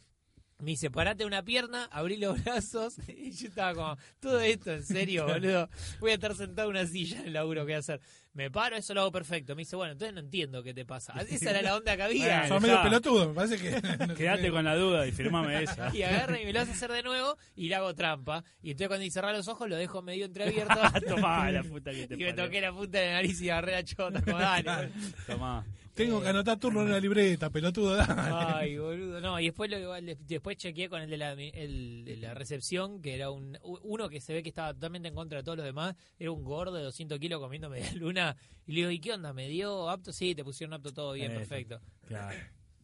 S1: Me dice, parate una pierna, abrí los brazos. Y yo estaba como, todo esto, en serio, boludo. Voy a estar sentado en una silla en el laburo que voy a hacer. Me paro, eso lo hago perfecto. Me dice, bueno, entonces no entiendo qué te pasa. Esa era la onda que había.
S3: Bueno.
S2: Sos medio
S3: ya.
S2: pelotudo, me parece que.
S3: Quédate con la duda y firmame esa.
S1: Y agarra y me lo hace hacer de nuevo y le hago trampa. Y entonces cuando dice cerrar los ojos lo dejo medio entreabierto.
S3: Tomá la puta que te
S1: y me
S3: parió.
S1: toqué la punta de la nariz y agarré la chota. Como, dale.
S3: Tomá.
S2: Tengo que anotar turno en la libreta, pelotudo. dale.
S1: Ay, boludo. No, y después, lo, después chequeé con el de, la, el de la recepción, que era un uno que se ve que estaba totalmente en contra de todos los demás. Era un gordo de 200 kilos comiendo media luna. Y le digo, ¿y qué onda? ¿Me dio apto? Sí, te pusieron apto todo bien,
S3: Eh,
S1: perfecto.
S3: Claro.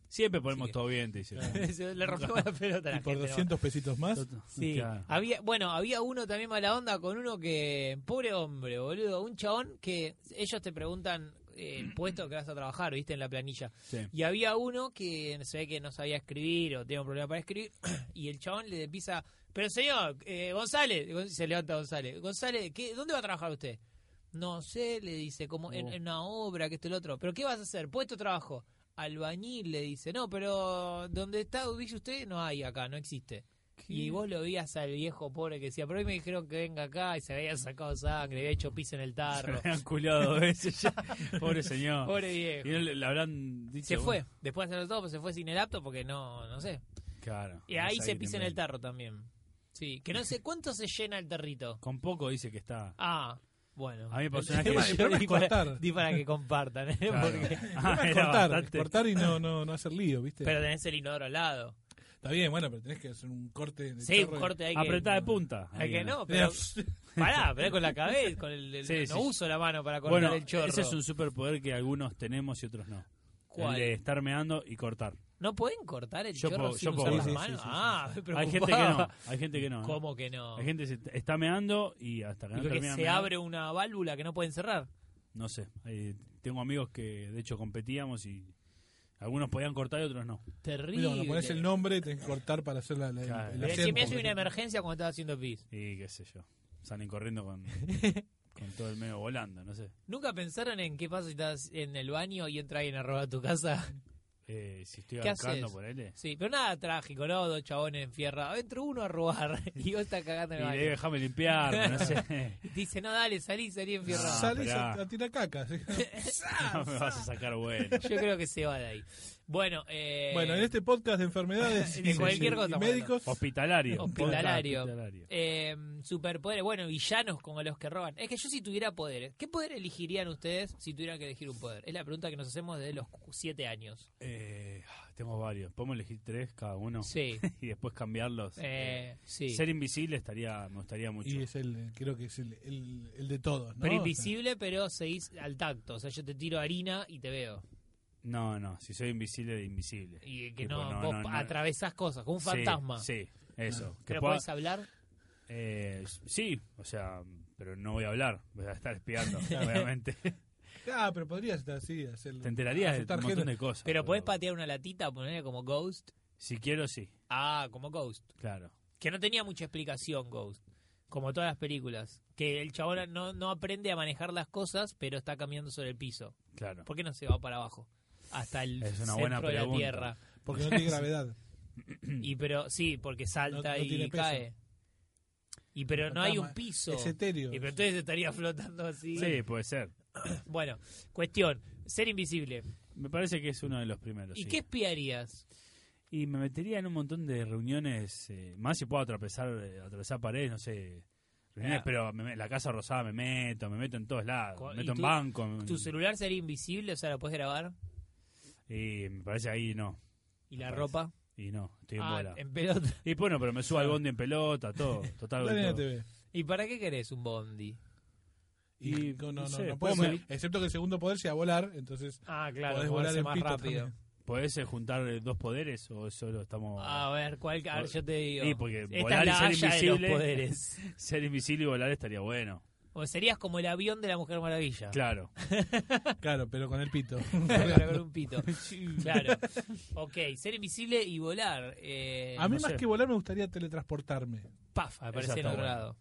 S3: Siempre ponemos
S1: Sí.
S3: todo bien, te dice.
S1: Se le rompió la pelota a la
S2: Y por
S1: gente, ¿no?
S2: 200 pesitos más.
S1: Sí.
S3: Claro.
S1: Había, bueno, había uno también mala onda con uno que. Pobre hombre, boludo. Un chabón que ellos te preguntan eh, el puesto que vas a trabajar, viste, en la planilla.
S3: Sí.
S1: Y había uno que se ve que no sabía escribir o tenía un problema para escribir. Y el chabón le empieza. Pero señor, eh, González. y Gon- Se levanta González. González, ¿qué, ¿dónde va a trabajar usted? No sé, le dice, como en,
S3: Oh.
S1: en una obra, que esto y lo otro. ¿Pero qué vas a hacer? Puesto de trabajo. Albañil, le dice. No, pero donde está, ubique usted, no hay acá, no existe.
S2: imagino.
S1: Y vos lo veías al viejo pobre que decía, pero hoy me dijeron que venga acá y se había sacado sangre, había hecho pis en el
S3: Se lo
S1: tarro.
S3: habían culiado dos veces ya. Pobre señor.
S1: Pobre
S3: Y
S1: viejo.
S3: no le, le habrán dicho.
S1: Se fue,
S3: bueno,
S1: después de hacerlo todo, pues se fue sin el apto porque no, no sé.
S3: Claro.
S1: Y ahí
S3: Es
S1: se
S3: ahí
S1: pisa en
S3: tremendo.
S1: el tarro también. Sí, que no sé cuánto se llena el tarrito.
S3: Con poco dice que está.
S1: Ah, bueno.
S3: A mí me pasó una
S1: El
S2: tema
S3: vez
S1: tema
S2: el problema
S1: di
S2: es
S1: para,
S2: cortar.
S1: di para que compartan, ¿eh?
S3: Claro.
S1: Porque-
S3: Ah,
S2: Tema es
S3: era
S2: cortar,
S3: bastante.
S2: cortar y no, no, no hacer lío, ¿viste?
S1: Pero tenés el inodoro al lado.
S2: Está bien, bueno, pero tenés que hacer un corte. De
S1: Sí,
S2: chorro
S1: un
S2: y-
S1: corte hay que...
S3: Apretada de punta.
S1: Hay
S3: Ahí,
S1: que
S3: ¿no?
S1: no, pero...
S2: Sí,
S1: Pará, pero con la cabeza, con el, el-
S3: Sí,
S1: no
S3: sí.
S1: uso la mano para cortar
S3: Bueno,
S1: el chorro.
S3: ese es un superpoder que algunos tenemos y otros no.
S1: ¿Cuál?
S3: El de estar meando y cortar.
S1: ¿No pueden cortar el
S3: Yo
S1: chorro
S3: puedo-
S1: sin
S3: yo
S1: usar
S2: puedo.
S1: las
S2: Sí, sí,
S1: manos?
S2: sí, sí,
S1: ah, me
S3: Hay gente que no.
S1: preocupaba.
S3: Hay gente que no. ¿eh?
S1: ¿Cómo que no?
S3: Hay gente que se- está meando y hasta que no
S1: Y porque
S3: termina de
S1: se
S3: mear,
S1: abre una válvula que no pueden cerrar.
S3: No sé. Hay- tengo amigos que de hecho competíamos y algunos podían cortar y otros no.
S1: Terrible.
S2: Mira, cuando pones el nombre, y tenés que cortar para hacer la, la,
S3: Claro.
S2: el
S1: Pero si Eh, me
S2: acento.
S1: hace una emergencia cuando estaba haciendo pis.
S3: Y qué sé yo. Salen corriendo con, con todo el medio volando, no sé.
S1: ¿Nunca pensaron en qué pasa si estás en el baño y entra alguien a robar tu casa?
S3: Eh, si estoy
S1: ¿Qué
S3: arrancando
S1: haces?
S3: por él.
S1: Sí, pero nada trágico, ¿no? Dos chabones en fierra. Entra uno a robar y vos estás cagando
S3: Y
S1: en el
S3: le
S1: baño.
S3: digo, déjame limpiar, no sé.
S1: Y te dice, no, dale, salí, salí en fierra.
S3: Ah,
S2: Salís
S3: pará.
S2: a, a tirar caca. ¿sí?
S3: No me vas a sacar bueno.
S1: Yo creo que se va de ahí. Bueno, eh,
S2: Bueno, en este podcast de enfermedades
S1: De
S2: y-
S1: cualquier
S2: y
S1: cosa, bueno.
S2: médicos,
S3: Hospitalario.
S1: Hospitalario.
S3: Podcast hospitalario.
S1: eh, superpoderes, bueno, villanos como los que roban. Es que yo si tuviera poderes, ¿qué poder elegirían ustedes si tuvieran que elegir un poder? Es la pregunta que nos hacemos desde los cu- siete años.
S3: Eh, tengo varios. Podemos elegir tres cada uno
S1: Sí,
S3: y después cambiarlos.
S1: eh, sí.
S3: Ser invisible estaría, me gustaría mucho.
S2: y es el, eh, creo que es el, el, el de todos, ¿no?
S1: Pero
S2: O sea,
S1: invisible, pero seguís al tacto. O sea, yo te tiro harina y te veo.
S3: No, no, si soy invisible, de invisible.
S1: Y que
S3: Tipo,
S1: no,
S3: no,
S1: vos
S3: no, no.
S1: atravesás cosas, como un
S3: Sí,
S1: fantasma.
S3: Sí,
S2: Ah.
S3: eso. Que
S1: Pero
S3: pueda-
S1: podés hablar.
S3: eh, sí, o sea, pero no voy a hablar, voy a estar espiando, obviamente.
S2: Ah, pero podrías estar así, hacerlo.
S3: Te enterarías de
S2: Aceptar
S3: un montón
S2: gente.
S3: de cosas.
S1: Pero podés patear una latita, ponerle como Ghost.
S3: Si quiero, sí,
S1: Ah, como Ghost.
S3: claro.
S1: Que no tenía mucha explicación Ghost. Como todas las películas. Que el chabón no, no aprende a manejar las cosas, pero está caminando sobre el piso.
S3: Claro.
S1: ¿Por qué no se va para abajo? Hasta el
S3: Es una
S1: centro
S3: buena
S1: de la
S3: pregunta.
S1: tierra.
S2: Porque no tiene gravedad.
S1: Y pero, sí, porque salta
S2: No- no
S1: y
S2: tiene peso.
S1: cae. Y pero no
S2: Fantasma,
S1: hay un piso.
S2: Es etéreo.
S1: Y pero entonces estaría flotando así.
S3: Sí, puede ser.
S1: Bueno, cuestión, ser invisible.
S3: Me parece que es uno de los primeros.
S1: ¿Y
S3: sí.
S1: qué espiarías?
S3: Y me metería en un montón de reuniones, eh, más si puedo atravesar, eh, atravesar paredes, no sé. Reuniones,
S1: Ah.
S3: pero me- me- la casa rosada me meto, me meto en todos lados,
S1: Co-
S3: me
S1: ¿y
S3: meto en
S1: tu-
S3: banco. en-
S1: ¿Tu celular sería invisible? O sea, ¿lo puedes grabar?
S3: Y me parece ahí no,
S1: ¿Y la
S3: Me
S1: ropa?
S3: y no, estoy en
S1: Ah,
S3: bola.
S1: en pelota.
S3: Y bueno, pero me subo al bondi en pelota, todo, total.
S2: Dale
S3: todo.
S2: la TV.
S1: ¿Y para qué querés un bondi?
S2: Y,
S3: Y,
S2: no,
S3: no
S2: no, no,
S3: sé,
S2: no puede
S3: puedo
S2: ser. Excepto que el segundo poder sea volar, entonces
S1: Ah, claro, moverse
S2: podés volar en
S1: más
S2: pista
S1: rápido.
S2: también.
S3: ¿Podés eh, juntar eh, dos poderes o solo estamos...
S1: A ver, ¿cuál? A ver, yo te digo.
S3: Ah. Sí, porque
S1: Esta es
S3: volar
S1: la
S3: y ser
S1: haya de
S3: invisible.
S1: los poderes.
S3: Ser invisible y volar estaría bueno.
S1: O serías como el avión de la Mujer Maravilla.
S3: Claro.
S2: Claro, pero con el pito.
S1: Claro. Con un pito. Claro. Ok, ser invisible y volar. Eh,
S2: A mí
S3: no
S2: más
S3: sé.
S2: que volar me gustaría teletransportarme.
S1: paf, aparece en
S3: está
S1: otro
S3: bueno.
S1: lado.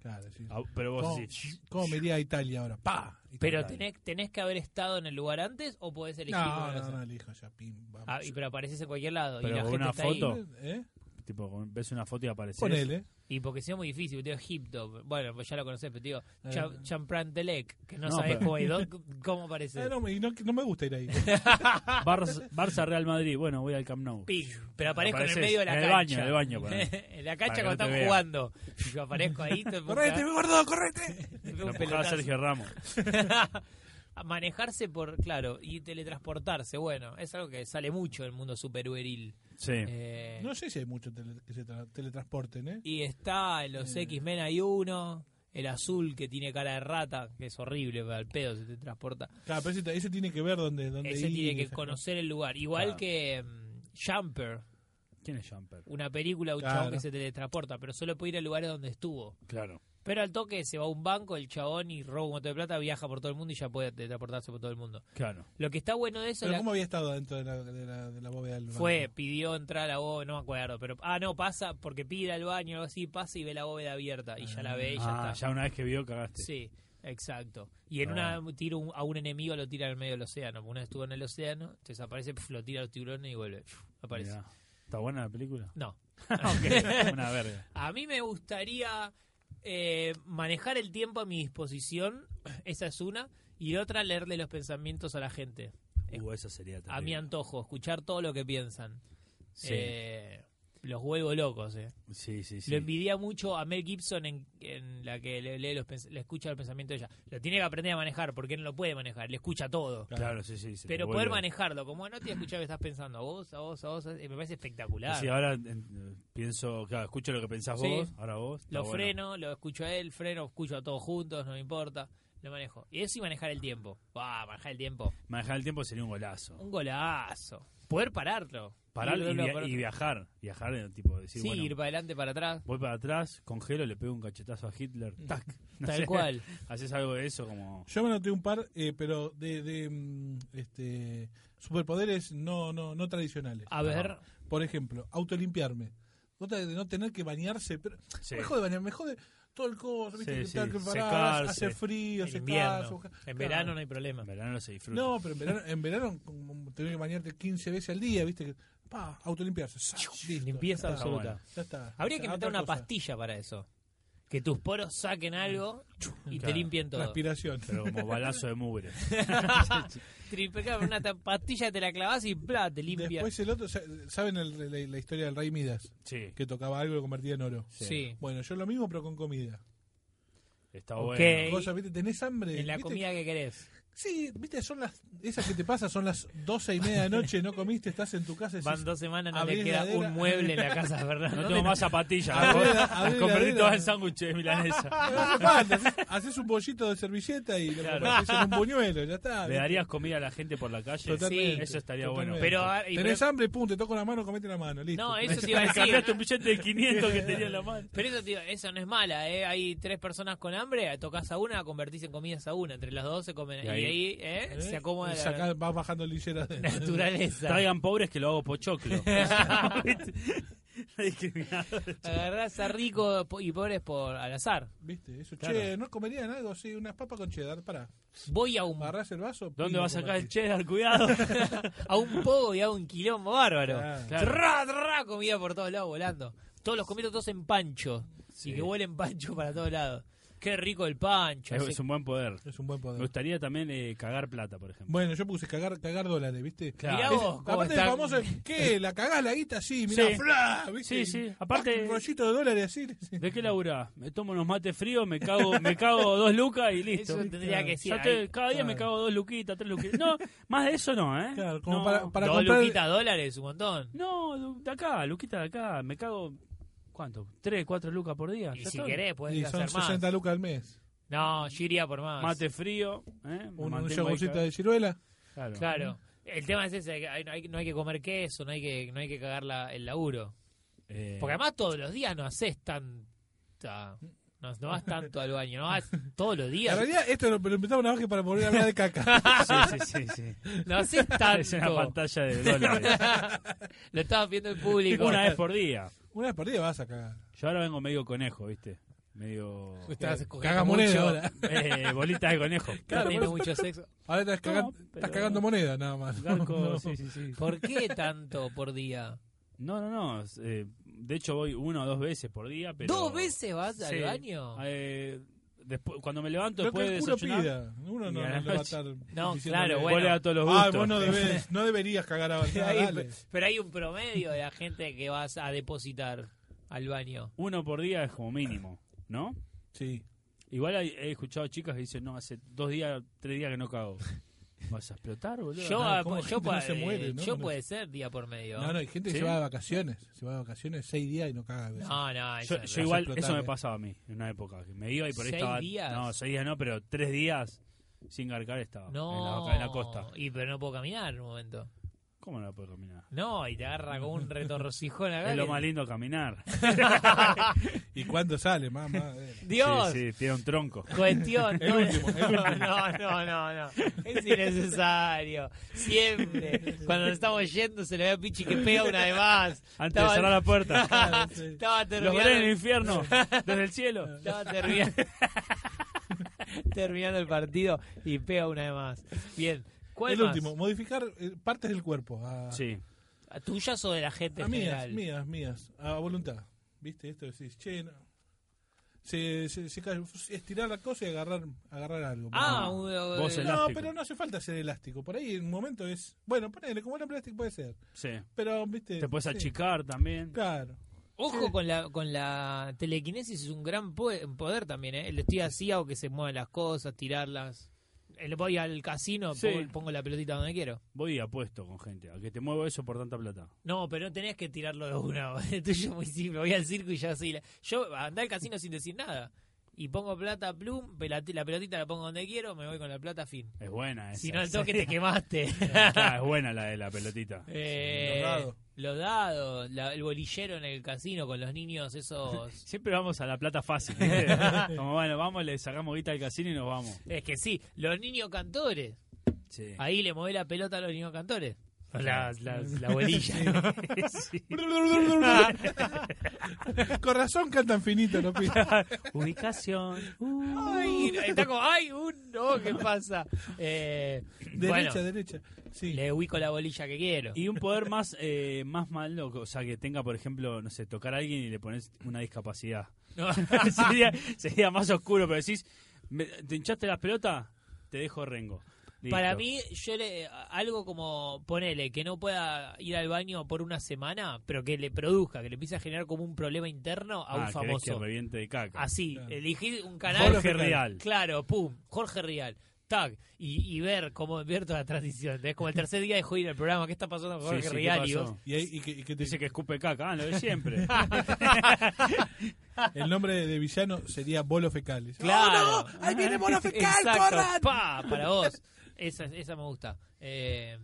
S2: Claro, sí.
S3: Ah, Pero vos
S2: ¿Cómo,
S3: sí.
S2: cómo me iría a Italia ahora? ¡Pa!
S1: Pero
S2: Italia.
S1: tenés, tenés que haber estado en el lugar antes o podés elegir.
S2: No,
S1: otra
S2: no,
S1: cosa.
S2: no, elijo ya, pim, vamos.
S1: Ah, y pero apareces en cualquier lado.
S3: Pero
S1: y la
S3: con
S1: gente
S3: una
S1: está
S3: foto.
S1: Ahí.
S2: ¿Eh?
S3: Tipo, con- ves una foto y apareces.
S2: Ponele.
S1: Y porque si no es muy difícil, te digo Egipto. Bueno, pues ya lo conocés, pero te digo Cha-
S2: Eh.
S1: Champrantelec, que no,
S3: No,
S1: sabés
S3: pero-
S1: cómo, dó- cómo aparecer.
S2: Ah, no, me- y no, no me gusta ir ahí.
S3: Barça, Barça Real Madrid. Bueno, voy al Camp Nou.
S1: Pish, pero aparezco en el
S3: Apareces
S1: medio de la
S3: en el baño,
S1: cancha.
S3: en el baño, ponele.
S1: en la
S3: Para que
S1: cancha cuando
S3: no te
S1: están
S3: vean.
S1: jugando. Yo aparezco ahí, te pongo
S2: ¡Correte,
S3: ah.
S2: gordo, correte!
S1: te pego
S3: Lo
S1: un
S3: empujaba
S1: pelotazo.
S3: Sergio Ramos.
S1: A Manejarse por, claro, y teletransportarse, bueno, es algo que sale mucho en el mundo superhueril.
S3: Sí.
S1: Eh,
S2: No sé si hay mucho tele- que se tra- teletransporten, ¿eh?
S1: y está en los X-Men hay uno, el azul que tiene cara de rata, que es horrible, pero al pedo se te transporta.
S2: Claro, pero ese, ese tiene que ver dónde, dónde
S1: Ese
S2: ir y
S1: tiene que
S2: esas cosas.
S1: conocer el lugar. Igual
S3: Claro.
S1: que mm, Jumper,
S3: ¿Quién es Jumper?
S1: una película, un chabón
S2: Claro.
S1: que se teletransporta, pero solo puede ir a lugares donde estuvo.
S3: Claro.
S1: Pero al toque se va a un banco, el chabón y roba un montón de plata, viaja por todo el mundo y ya puede transportarse por todo el mundo.
S3: Claro.
S1: Lo que está bueno de eso
S2: Pero
S1: la-
S2: ¿cómo había estado dentro de la, de la, de la bóveda del
S1: fue,
S2: banco?
S1: pidió entrar a la bóveda, no me acuerdo, pero ah no, pasa porque pide al baño o algo así, pasa y ve la bóveda abierta y ya la ve y ya
S3: Ah,
S1: está.
S3: ya una vez que vio, cagaste.
S1: Sí, exacto. Y en
S3: Ah,
S1: una tira un- a un enemigo lo tira en el medio del océano, porque una vez estuvo en el océano, entonces aparece, pf, lo tira a los tiburones y vuelve, pf, aparece.
S3: Mirá. ¿Está buena la película?
S1: No.
S3: Ok, una verga.
S1: A mí me gustaría eh, manejar el tiempo a mi disposición, esa es una, y la otra leerle los pensamientos a la gente,
S3: Uh, eso sería
S1: a mi
S3: terrible.
S1: antojo, escuchar todo lo que piensan.
S3: Sí,
S1: Eh, los huevos locos, eh.
S3: sí, sí. sí.
S1: Lo envidia mucho a Mel Gibson en, en la que le, lee los pens- le escucha el pensamiento de ella. Lo tiene que aprender a manejar porque él no lo puede manejar, le escucha todo.
S3: Claro, sí, sí. se te
S1: Pero poder
S3: vuelve-
S1: manejarlo, como "Ah, no te escuchar que estás pensando a vos, a vos, a vos, eh, me parece espectacular.
S3: Así, ahora en- pienso, claro, escucho lo que pensás
S1: Sí.
S3: vos, ahora vos. está
S1: Lo
S3: bueno.
S1: freno, lo escucho a él, freno, escucho a todos juntos, no me importa. Lo manejo. Y eso y manejar el tiempo. Va, manejar el tiempo.
S3: Manejar el tiempo sería un golazo.
S1: Un golazo. Poder pararlo.
S3: Parar
S1: Ir de
S3: y,
S1: un lado
S3: via-
S1: para
S3: y
S1: otro.
S3: viajar. Viajar, eh, tipo, decir,
S1: Sí,
S3: bueno,
S1: ir para adelante, para atrás.
S3: voy para atrás, congelo, le pego un cachetazo a Hitler, tac. No
S1: Mm. Tal
S3: sé,
S1: cual.
S3: Haces algo de eso como...
S2: Yo me noté un par, eh, pero de, de, mm, este, superpoderes no, no, no tradicionales.
S1: A ver.
S2: Por ejemplo, autolimpiarme. Otra de no tener que bañarse. Pero
S3: Sí.
S2: Me jode bañarme, me jode todo el coso, ¿viste?
S3: Sí,
S2: que
S3: sí,
S2: tal, que
S3: secarse.
S2: parás, hace frío,
S1: En
S2: secarse.
S1: invierno.
S2: buscar-
S1: En
S2: Claro.
S1: verano no hay problema.
S3: En verano se disfruta.
S2: No, pero en verano, en verano como tenés que bañarte 15 veces al día, ¿viste? Que, pa, autolimpiarse. sa, listo,
S1: Limpieza
S2: ya está,
S1: absoluta.
S3: bueno.
S2: ya está.
S1: Habría
S2: Ya,
S1: que
S2: otra
S1: meter una
S2: cosa.
S1: pastilla para eso. Que tus poros saquen algo y te
S3: Claro.
S1: limpien todo.
S2: Transpiración.
S3: Pero como balazo de mugre.
S1: Triple, claro, una ta- pastilla te la clavas y bla, te limpia.
S2: Después el otro, sa- ¿saben el- la, la historia del rey Midas?
S3: Sí,
S2: Que tocaba algo y lo convertía en oro.
S1: sí.
S2: Bueno, yo lo mismo, pero con comida.
S3: está
S1: Ok.
S3: bueno.
S2: Cosa, ¿viste? ¿Tenés hambre?
S1: En la
S2: ¿viste?
S1: comida que querés.
S2: Sí, ¿viste? Son las. Esas que te pasan, son las doce y media de la noche, no comiste, estás en tu casa y
S1: Van dos semanas, no te
S2: Abrís
S1: queda
S2: la heladera.
S1: un mueble en la casa, de ¿verdad?
S3: No tengo más zapatillas.
S2: Abre la-
S3: vos.
S2: abre la
S3: Convertí
S2: heladera.
S3: todas en sándwiches de milanesa.
S2: No hace falta, haces- haces un bollito de servilleta y lo
S3: Claro.
S2: convertís en un buñuelo, ya está.
S3: ¿Le darías comida a la gente por la calle?
S2: Totalmente,
S3: Eso estaría
S2: totalmente.
S3: bueno.
S1: Pero, a- y-
S2: Tenés
S1: pero-
S2: hambre, pum, te toco la mano, comete la mano, listo.
S1: no, eso te iba a decir.
S3: Cambiaste un billete de 500 que tenía en la mano.
S1: Pero eso, tío, eso no es mala, ¿eh? Hay tres personas con hambre, tocas a una, convertís en comidas a una. Entre las dos se comen.
S3: Y
S1: Y
S3: ahí-
S1: ahí, ¿eh?
S2: ¿Eh?
S1: se acomoda la
S2: Sacá- vas bajando lillera.
S1: naturaleza.
S3: Traigan pobres que lo hago pochoclo. ¿Viste? Discriminado.
S1: Agarrás a rico po- y pobres por al azar.
S2: ¿Viste? Eso,
S3: Claro.
S2: che, ¿no comerían algo? Sí, unas papas con cheddar, pará.
S1: Voy a un,
S2: Agarrás el vaso.
S3: ¿Dónde
S2: pim,
S3: vas a sacar el
S2: compartís.
S3: cheddar? Cuidado.
S1: a un pogo y hago un quilombo bárbaro.
S2: Claro.
S3: Claro.
S1: Trrá, trrá, comida por todos lados volando. Todos los comidos todos en pancho.
S3: Sí.
S1: Y que huelen pancho para todos lados. Qué rico el pancho.
S3: Es,
S1: ese
S3: Eh, es un buen poder.
S2: Es un buen
S3: Me
S2: poder.
S3: gustaría también eh, cagar plata, por ejemplo.
S2: Bueno, yo puse cagar, cagar dólares, ¿viste?
S3: Claro.
S1: Mirá
S2: Es-
S1: vos, cómo
S2: aparte
S1: está.
S2: el famoso, ¿qué? ¿La cagás la guita? Sí, mirá,
S3: Sí.
S2: fla, ¿viste?
S3: Sí, sí.
S2: Y,
S3: Aparte-
S2: ¡pac! un rollito de dólares así.
S3: ¿De qué laburás? Me tomo unos mates fríos, me cago, me cago dos lucas y listo.
S1: Eso tendría que ser
S3: Ya te-
S1: ahí.
S3: cada día me
S2: Claro.
S3: cago dos luquitas, tres luquitas. No, más de eso no, ¿eh?
S2: Claro, como
S3: no,
S2: para, para
S1: Dos
S2: comprar.
S1: luquitas dólares, un montón.
S3: No, lu- de acá, luquita de acá. Me cago, ¿cuánto? ¿Tres, cuatro lucas por
S1: Y
S3: día? Ah, Ya
S1: si
S3: está.
S1: querés,
S2: Y
S1: podés
S2: son
S1: hacer más.
S2: 60 lucas al mes.
S1: No, yo iría por más.
S3: Mate frío, ¿eh? Me
S2: Un, un
S3: mantengo ahí
S2: yogurcito
S3: ca-
S2: de ciruela.
S3: Claro.
S1: Claro. El tema es ese, que hay- no, hay, no hay que comer queso, no hay que, no hay que cagar la- el laburo.
S3: Eh,
S1: Porque además todos los días no haces tanta... No, no vas tanto al baño, no vas todos los
S2: En
S1: días.
S2: realidad, esto lo, lo inventamos una vez que para volver a hablar de caca.
S3: sí, sí, sí, sí.
S1: No haces
S3: Es una
S1: tanto.
S3: pantalla de dólares.
S1: Lo estabas viendo en público.
S3: Una vez por día.
S2: Una vez por día vas a cagar.
S3: Yo ahora vengo medio conejo, ¿viste? Medio...
S1: Estás cogiendo
S2: Caga
S1: mucho,
S2: moneda ahora.
S3: Eh, bolita de conejo.
S1: estás
S2: Claro,
S1: teniendo
S2: por
S1: mucho sexo.
S2: Ahora estás,
S3: No,
S2: cagando,
S3: pero-
S2: estás cagando moneda nada más.
S3: Garco,
S2: No.
S3: sí, sí, sí.
S1: ¿Por qué tanto por día?
S3: No, no, no. es, eh, de hecho, voy una o dos veces por día. Pero,
S1: ¿Dos veces vas
S3: Sí.
S1: al baño?
S3: Eh, después, cuando me levanto
S2: Lo
S3: después
S2: que
S3: de
S2: el culo
S3: desayunar,
S2: pida. Uno
S3: Y
S2: no, no
S3: a la
S2: le va a
S3: noche.
S2: estar.
S1: No,
S2: diciéndole,
S1: claro,
S2: "Ah,
S1: bueno.
S3: volea a todos los
S2: Ah,
S3: gustos.
S2: vos no, debés, no deberías cagar avanzada.
S1: Ahí,
S2: dale.
S1: pe- pero hay un promedio de la gente que vas a depositar al baño.
S3: Uno por día es como mínimo, ¿no?
S2: Sí.
S3: Igual hay- he escuchado chicas que dicen, no, hace dos días, tres días que no cago. ¿Vas a explotar, boludo?
S1: Yo,
S2: no,
S1: a-
S2: ¿cómo
S1: yo,
S2: gente no
S1: pa-
S2: se
S1: eh,
S2: muere, no?
S1: yo
S2: No.
S1: puede ser día por medio.
S2: No, no, hay gente que
S3: ¿Sí?
S2: se va de vacaciones. Se va de vacaciones seis días y no caga. a veces.
S1: No, no,
S3: Yo-
S1: eso
S3: yo
S1: no.
S3: igual,
S2: explotar,
S3: eso me
S2: eh.
S3: pasaba a mí en una época. que me iba y por ahí
S1: ¿Seis
S3: estaba.
S1: días?
S3: No, seis días no, pero tres días sin garcar estaba. En, la,
S1: No.
S3: vaca- en la costa.
S1: Y pero no puedo caminar en un momento.
S3: ¿Cómo no puedo caminar?
S1: No, y te agarra con un retorcijón acá.
S3: Es lo
S1: que-
S3: más lindo caminar.
S2: ¿Y cuándo sale, mamá?
S1: Dios,
S3: Sí, sí, tiene un tronco.
S1: cuestión.
S2: El
S1: no,
S2: último, el
S1: no, no, no, no. Es innecesario. Siempre. Cuando nos estamos yendo se le ve a Pichi que pega una de más.
S3: Antes de
S1: Estaba-
S3: cerrar la puerta.
S1: Estaba
S3: Los veré en el
S1: terminando,
S3: infierno, desde el cielo.
S1: estaba terminando, terminando el partido y pega una de más. Bien. ¿Cuál
S2: El
S1: más?
S2: último, modificar eh, partes del cuerpo. Ah,
S3: Sí.
S1: ¿A ¿Tuyas o de la gente
S2: A
S1: en
S2: Ah, mías,
S1: general?
S2: mías, mías, a voluntad. ¿Viste esto? Decís, che, no. se, se, se cae, estirar la cosa y agarrar, agarrar algo.
S1: Ah,
S3: Ah,
S1: un-
S3: vos
S1: eh,
S3: el-
S2: no,
S3: elástico.
S2: pero no hace falta hacer elástico. Por ahí en un momento es, bueno, ponele, como era plástico puede ser.
S3: Sí.
S2: Pero, viste.
S3: Te puedes
S2: sí,
S3: achicar también.
S2: Claro.
S1: Ojo
S2: Sí.
S1: con la con la telequinesis es un gran po- poder también, ¿eh? El estoy así hago que se muevan las cosas, tirarlas. El voy al casino,
S3: Sí.
S1: pongo, pongo la pelotita donde quiero.
S3: Voy y apuesto con gente. A que te muevo eso por tanta plata.
S1: No, pero no tenés que tirarlo de una. El tuyo es muy simple. Voy al circo y ya así. la- Yo andé al casino sin decir nada. Y pongo plata, plum, la, la pelotita la pongo donde quiero, me voy con la plata, fin.
S3: Es buena esa.
S1: Si no, al
S3: esa.
S1: toque te quemaste.
S3: Claro, es buena la de la pelotita.
S1: Eh,
S2: los dados.
S1: los dados, la- el bolillero en el casino con los niños, esos.
S3: Siempre vamos a la plata fácil. ¿viste? Como bueno, vamos, le sacamos guita al casino y nos vamos.
S1: es que sí, los niños cantores.
S3: Sí.
S1: Ahí le moví la pelota a los niños cantores. La, la, la bolilla.
S3: Sí.
S2: Con razón cantan finito los pibes.
S3: Ubicación. Uh.
S1: Ay, está como, ay, un no, ¿qué pasa? Eh,
S2: Derecha,
S1: bueno,
S2: derecha. Sí.
S1: le ubico la bolilla que quiero.
S3: Y un poder más, eh, más malo, o sea, que tenga, por ejemplo, no sé, tocar a alguien y le pones una discapacidad.
S1: No.
S3: sería, sería más oscuro, pero decís, me- ¿te hinchaste las pelotas? Te dejo rengo. Listo.
S1: Para mí, yo le, algo como, ponele, que no pueda ir al baño por una semana, pero que le produzca, que le empiece a generar como un problema interno a
S3: Ah,
S1: un
S3: querés que
S1: famoso.
S3: reviente de caca.
S1: Así,
S2: Claro.
S1: elegí un canal.
S3: Jorge Real.
S1: Claro, pum, Jorge Rial, tag, y, y ver cómo invierto la transición. Es como el tercer día dejo ir al programa, ¿qué está pasando con
S3: Sí,
S1: Jorge
S3: sí, ¿qué
S1: Rial? Y
S3: pasó?
S1: vos-
S2: Y, ahí- y que, y que te-
S3: Dice que escupe caca, ah, lo de siempre.
S2: el nombre de, villano sería Bolo Fecales.
S1: Claro.
S2: ¡Oh, no! ¡Ahí viene Bolo Fecal!
S1: Exacto,
S2: ¡Corran!
S1: pa, para vos. Esa, esa me gusta. Eh,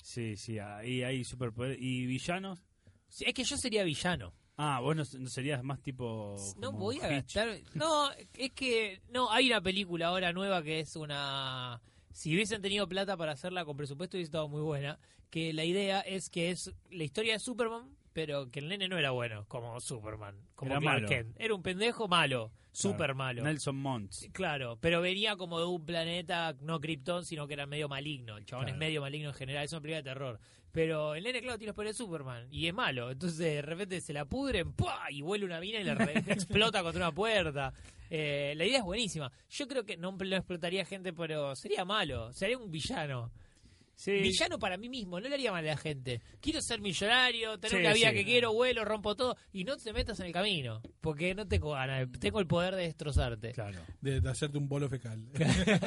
S3: sí, sí, ahí hay superpoder. ¿Y villanos?
S1: sí, es que yo sería villano.
S3: Ah, vos no, no serías más tipo.
S1: No
S3: como
S1: voy a
S3: Hitch.
S1: gastar. No, es que. No, hay una película ahora nueva que es una. Si hubiesen tenido plata para hacerla con presupuesto, hubiese estado muy buena. Que la idea es que es la historia de Superman, pero que el nene no era bueno como Superman. Como
S3: Era
S1: Clark
S3: malo.
S1: Kent. Era un pendejo malo. Super
S3: Claro.
S1: malo.
S3: Nelson Monts.
S1: Claro, pero venía como de un planeta, no Krypton, sino que era medio maligno. El chabón es
S3: Claro.
S1: medio maligno en general, es una película de terror. Pero el nene, claro, tiene los poderes de Superman y es malo. Entonces de repente se la pudren ¡pua! y vuelve una mina y la re- explota contra una puerta. Eh, la idea es buenísima. Yo creo que no lo explotaría gente, pero sería malo. Sería un villano.
S3: Sí.
S1: Villano para mí mismo, no le haría mal a la gente. Quiero ser millonario, tener
S3: Sí,
S1: la vida
S3: sí.
S1: que quiero, vuelo, rompo todo. Y no te metas en el camino, porque no tengo ganas, tengo el poder de destrozarte.
S3: Claro.
S2: De, de hacerte un bolo fecal.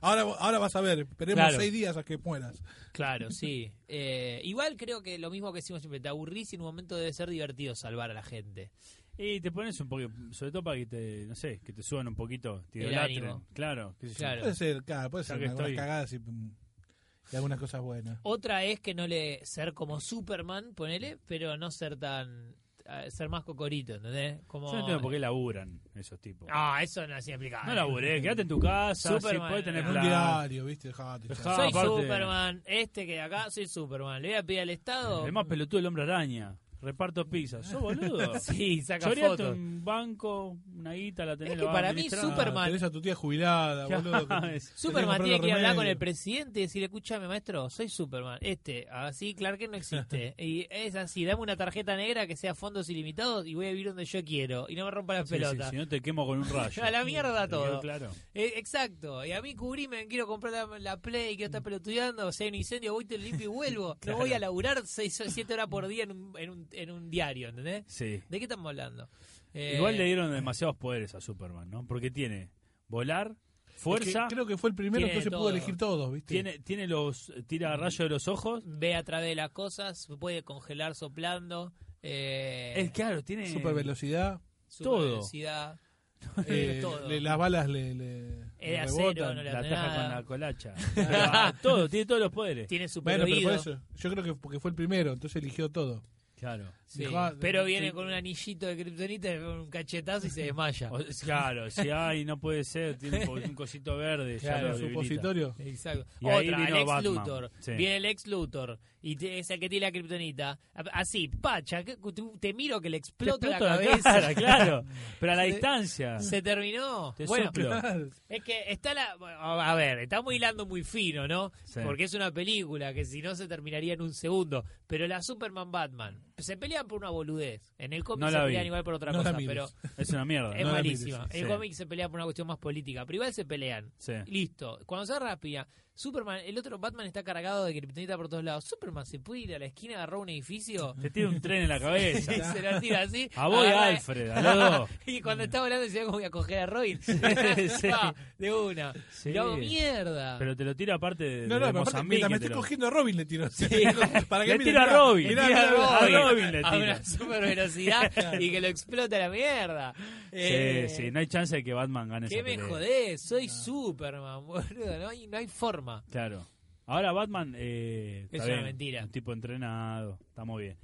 S2: ahora, ahora vas a ver. Esperemos
S1: Claro.
S2: seis días a que mueras.
S1: Claro, sí. Eh, igual creo que lo mismo que decimos siempre, te aburrís y en un momento debe ser divertido salvar a la gente.
S3: Y te pones un poquito, sobre todo para que te, no sé, que te suban un poquito, te
S1: El
S3: idolatren.
S1: ánimo.
S3: Claro, qué sé yo.
S1: Claro.
S2: Puede ser, claro, puede
S3: Ya
S2: ser
S3: que
S2: algunas
S3: estoy.
S2: cagadas y, mm, y algunas cosas buenas.
S1: Otra es que no le ser como Superman, ponele, pero no ser tan eh, ser más cocorito, ¿entendés? Como
S3: Yo no entiendo por qué laburan esos tipos.
S1: Ah, eso no es aplicable.
S3: No laburé, quédate en tu casa, si
S1: Superman.
S3: podés tener
S1: Ah.
S2: Un
S3: plata.
S2: diario, ¿viste? Dejate, ya.
S3: Dejá.
S1: soy
S3: aparte-
S1: Superman, este que de acá soy Superman. Le voy a pedir al Estado.
S3: El más pelotudo el hombre araña. Reparto pizza. ¿Sos boludo?
S1: Sí, saca
S3: Choreate
S1: fotos.
S3: un banco, una guita, la tenés.
S1: Es que
S3: la vas
S1: para mí
S3: administrando.
S2: Ah,
S1: Superman.
S2: Tenés a tu tía jubilada, boludo. que-
S3: Claro, es-
S1: Superman tiene
S2: Tenía que comprar
S1: que ir a hablar
S2: remedio.
S1: con el presidente y decirle, escúchame maestro, soy Superman. Este, así Clark Kent no existe. y es así, dame una tarjeta negra que sea fondos ilimitados y voy a vivir donde yo quiero. Y no me rompa las
S3: Sí, sí,
S1: pelotas.
S3: si no te quemo con un rayo.
S1: A la mierda
S3: ¿Te
S1: todo.
S3: quedó Claro.
S1: Eh, exacto. Y a mí cubrime, quiero comprar la, la Play, quiero estar pelotudeando. Si hay un incendio, voy, te limpio y vuelvo.
S3: Claro.
S1: No voy a laburar 6 o 7 horas por día en un, en, un, en un diario, ¿entendés?
S3: Sí.
S1: ¿De qué estamos hablando? Eh,
S3: Igual le dieron demasiados poderes a Superman, ¿no? Porque tiene volar, fuerza,
S2: Es que creo que fue el primero,
S1: Tiene
S2: entonces
S1: de
S2: pudo
S1: todo.
S2: elegir todos, ¿viste?
S3: tiene, tiene los tira rayos de los ojos.
S1: Ve a través de las cosas, puede congelar soplando. Eh,
S3: Es claro, tiene
S2: super velocidad.
S1: super
S3: todo.
S1: velocidad.
S2: eh,
S1: todo.
S2: le- las balas le, le-
S1: Es de
S2: le
S1: acero,
S2: rebotan.
S1: no le-
S3: la
S1: de
S3: taja
S1: nada.
S3: con la colacha. Ah, todo, tiene todos los poderes.
S1: Tiene super
S2: Bueno, pero
S1: oído.
S2: por eso. Yo creo que porque fue el primero, entonces eligió todo.
S3: Claro.
S1: Sí,
S2: Dijo, ah,
S1: pero
S2: sí.
S1: viene con un anillito de kriptonita, le pone un cachetazo y se desmaya.
S3: O- es- claro, si ay, no puede ser, tiene un, po- un cosito verde, ya
S2: Claro,
S3: lo debilita.
S2: supositorio.
S1: Exacto.
S3: Y ahí
S1: Otra, el
S3: vino
S1: ex
S3: Batman.
S1: Luthor.
S3: Sí.
S1: Viene el ex Luthor y te- es el que tiene la kriptonita. A- Así, pacha, que- tú- te miro que le explota la
S3: explota la
S1: cabeza.
S3: cara, claro. Pero a la
S1: Se-
S3: distancia.
S1: Se terminó.
S3: Te
S1: bueno,
S3: soplo.
S1: es que está la. bueno, A ver, estamos hilando muy fino, ¿no?
S3: Sí.
S1: Porque es una película que si no se terminaría en un segundo. Pero la Superman Batman se pelean por una boludez. En el cómic
S3: No
S1: se
S3: la vi.
S1: pelean igual por otra
S2: No la
S1: cosa,
S2: mires.
S1: pero
S3: Es una mierda.
S1: es
S2: no la mires.
S1: malísima. El
S3: Sí.
S1: cómic se pelea por una cuestión más política, pero igual se pelean.
S3: Sí.
S1: Listo. Cuando sea rápida, Superman, el otro Batman está cargado de kriptonita por todos lados. Superman se puede ir a la esquina, agarró un edificio
S3: Te tira un tren en la
S1: y
S3: cabeza.
S1: se lo tira así.
S3: A vos y a
S1: agarra-
S3: Alfred, a los dos.
S1: y cuando está volando decía como voy a coger a Robin.
S3: Sí.
S1: Pa, de una.
S3: Sí.
S1: Lo hago mierda.
S3: Pero te lo tira aparte de,
S2: No, no, pero
S3: de
S2: aparte,
S3: Mozambique.
S2: mientras me
S3: te
S2: estoy
S3: lo-
S2: cogiendo a Robin le tiro.
S1: Sí.
S2: Para
S3: Le
S2: mire,
S3: tira a
S2: mirá,
S3: Robin,
S2: mirá,
S3: tira
S2: mirá,
S3: a
S1: a
S3: Robin.
S2: mirá.
S1: Robin,
S3: le
S1: a
S3: tira.
S1: una super velocidad y que lo explota la mierda. Eh,
S3: Sí, sí, no hay chance de que Batman gane
S1: ¿Qué
S3: esa
S1: me
S3: pelea.
S1: jodés? Soy Superman, boludo. No hay, no hay forma.
S3: Claro. Ahora Batman eh, está
S1: Es una
S3: bien,
S1: mentira.
S3: Un tipo entrenado, estamos bien.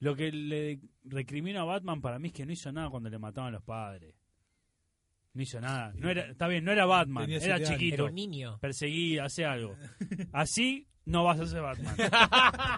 S3: Lo que le recrimino a Batman para mí es que no hizo nada cuando le mataban los padres. No hizo nada. No era, está bien, no era Batman,
S2: Tenía
S3: era
S2: siete años.
S1: Era
S3: chiquito.
S1: un niño.
S3: Perseguí, hace algo. Así no vas a ser Batman.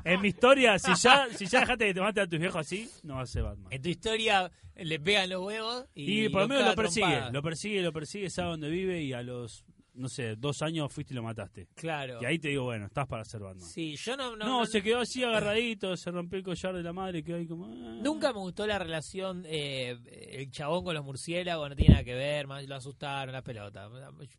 S3: En mi historia, si ya, si ya dejaste que te mate a tus viejos así, no vas a ser Batman.
S1: En tu historia le pegan los huevos y,
S3: Y, por lo menos
S1: caga
S3: lo persigue,
S1: trompadas.
S3: lo persigue, lo persigue, sabe dónde vive y a los, no sé, dos años fuiste y lo mataste.
S1: Claro.
S3: Y ahí te digo, bueno, estás para ser Batman.
S1: Sí, yo no... no-
S3: No,
S1: no-
S3: se quedó así agarradito, se rompió el collar de la madre, quedó ahí como... ah.
S1: Nunca me gustó la relación eh, el chabón con los murciélagos, no tiene nada que ver, man, lo asustaron, las pelotas.